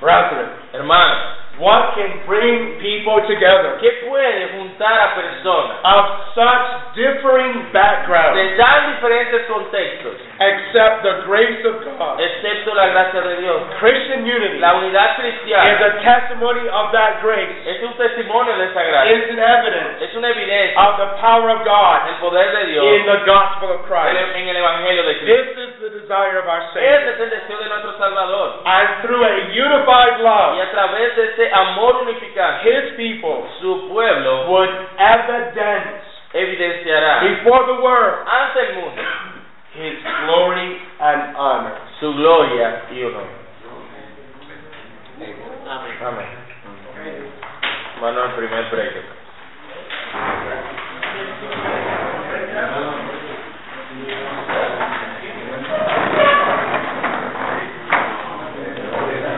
[SPEAKER 1] Brethren,
[SPEAKER 2] Hermanos,
[SPEAKER 1] what can bring people together
[SPEAKER 2] ¿qué puede juntar a personas
[SPEAKER 1] of such differing backgrounds
[SPEAKER 2] de tan diferentes contextos
[SPEAKER 1] except the grace of God?
[SPEAKER 2] excepto la gracia de Dios?
[SPEAKER 1] Christian unity
[SPEAKER 2] La unidad
[SPEAKER 1] is
[SPEAKER 2] cristiana
[SPEAKER 1] a testimony of that grace,
[SPEAKER 2] es un testimonio de esa gracia,
[SPEAKER 1] is an evidence
[SPEAKER 2] es una evidencia
[SPEAKER 1] of the power of God
[SPEAKER 2] del poder de Dios
[SPEAKER 1] in the gospel of Christ.
[SPEAKER 2] en el Evangelio de Cristo.
[SPEAKER 1] This is the desire of our Savior.
[SPEAKER 2] Ese es el deseo de nuestro Salvador.
[SPEAKER 1] And through a unified
[SPEAKER 2] Y
[SPEAKER 1] love,
[SPEAKER 2] a través de ese amor unificante,
[SPEAKER 1] His people
[SPEAKER 2] su pueblo
[SPEAKER 1] would evidence
[SPEAKER 2] evidenciará
[SPEAKER 1] before the world
[SPEAKER 2] ante el mundo
[SPEAKER 1] His glory and honor.
[SPEAKER 2] su gloria y honor. Amén. Hermano, el primer prego.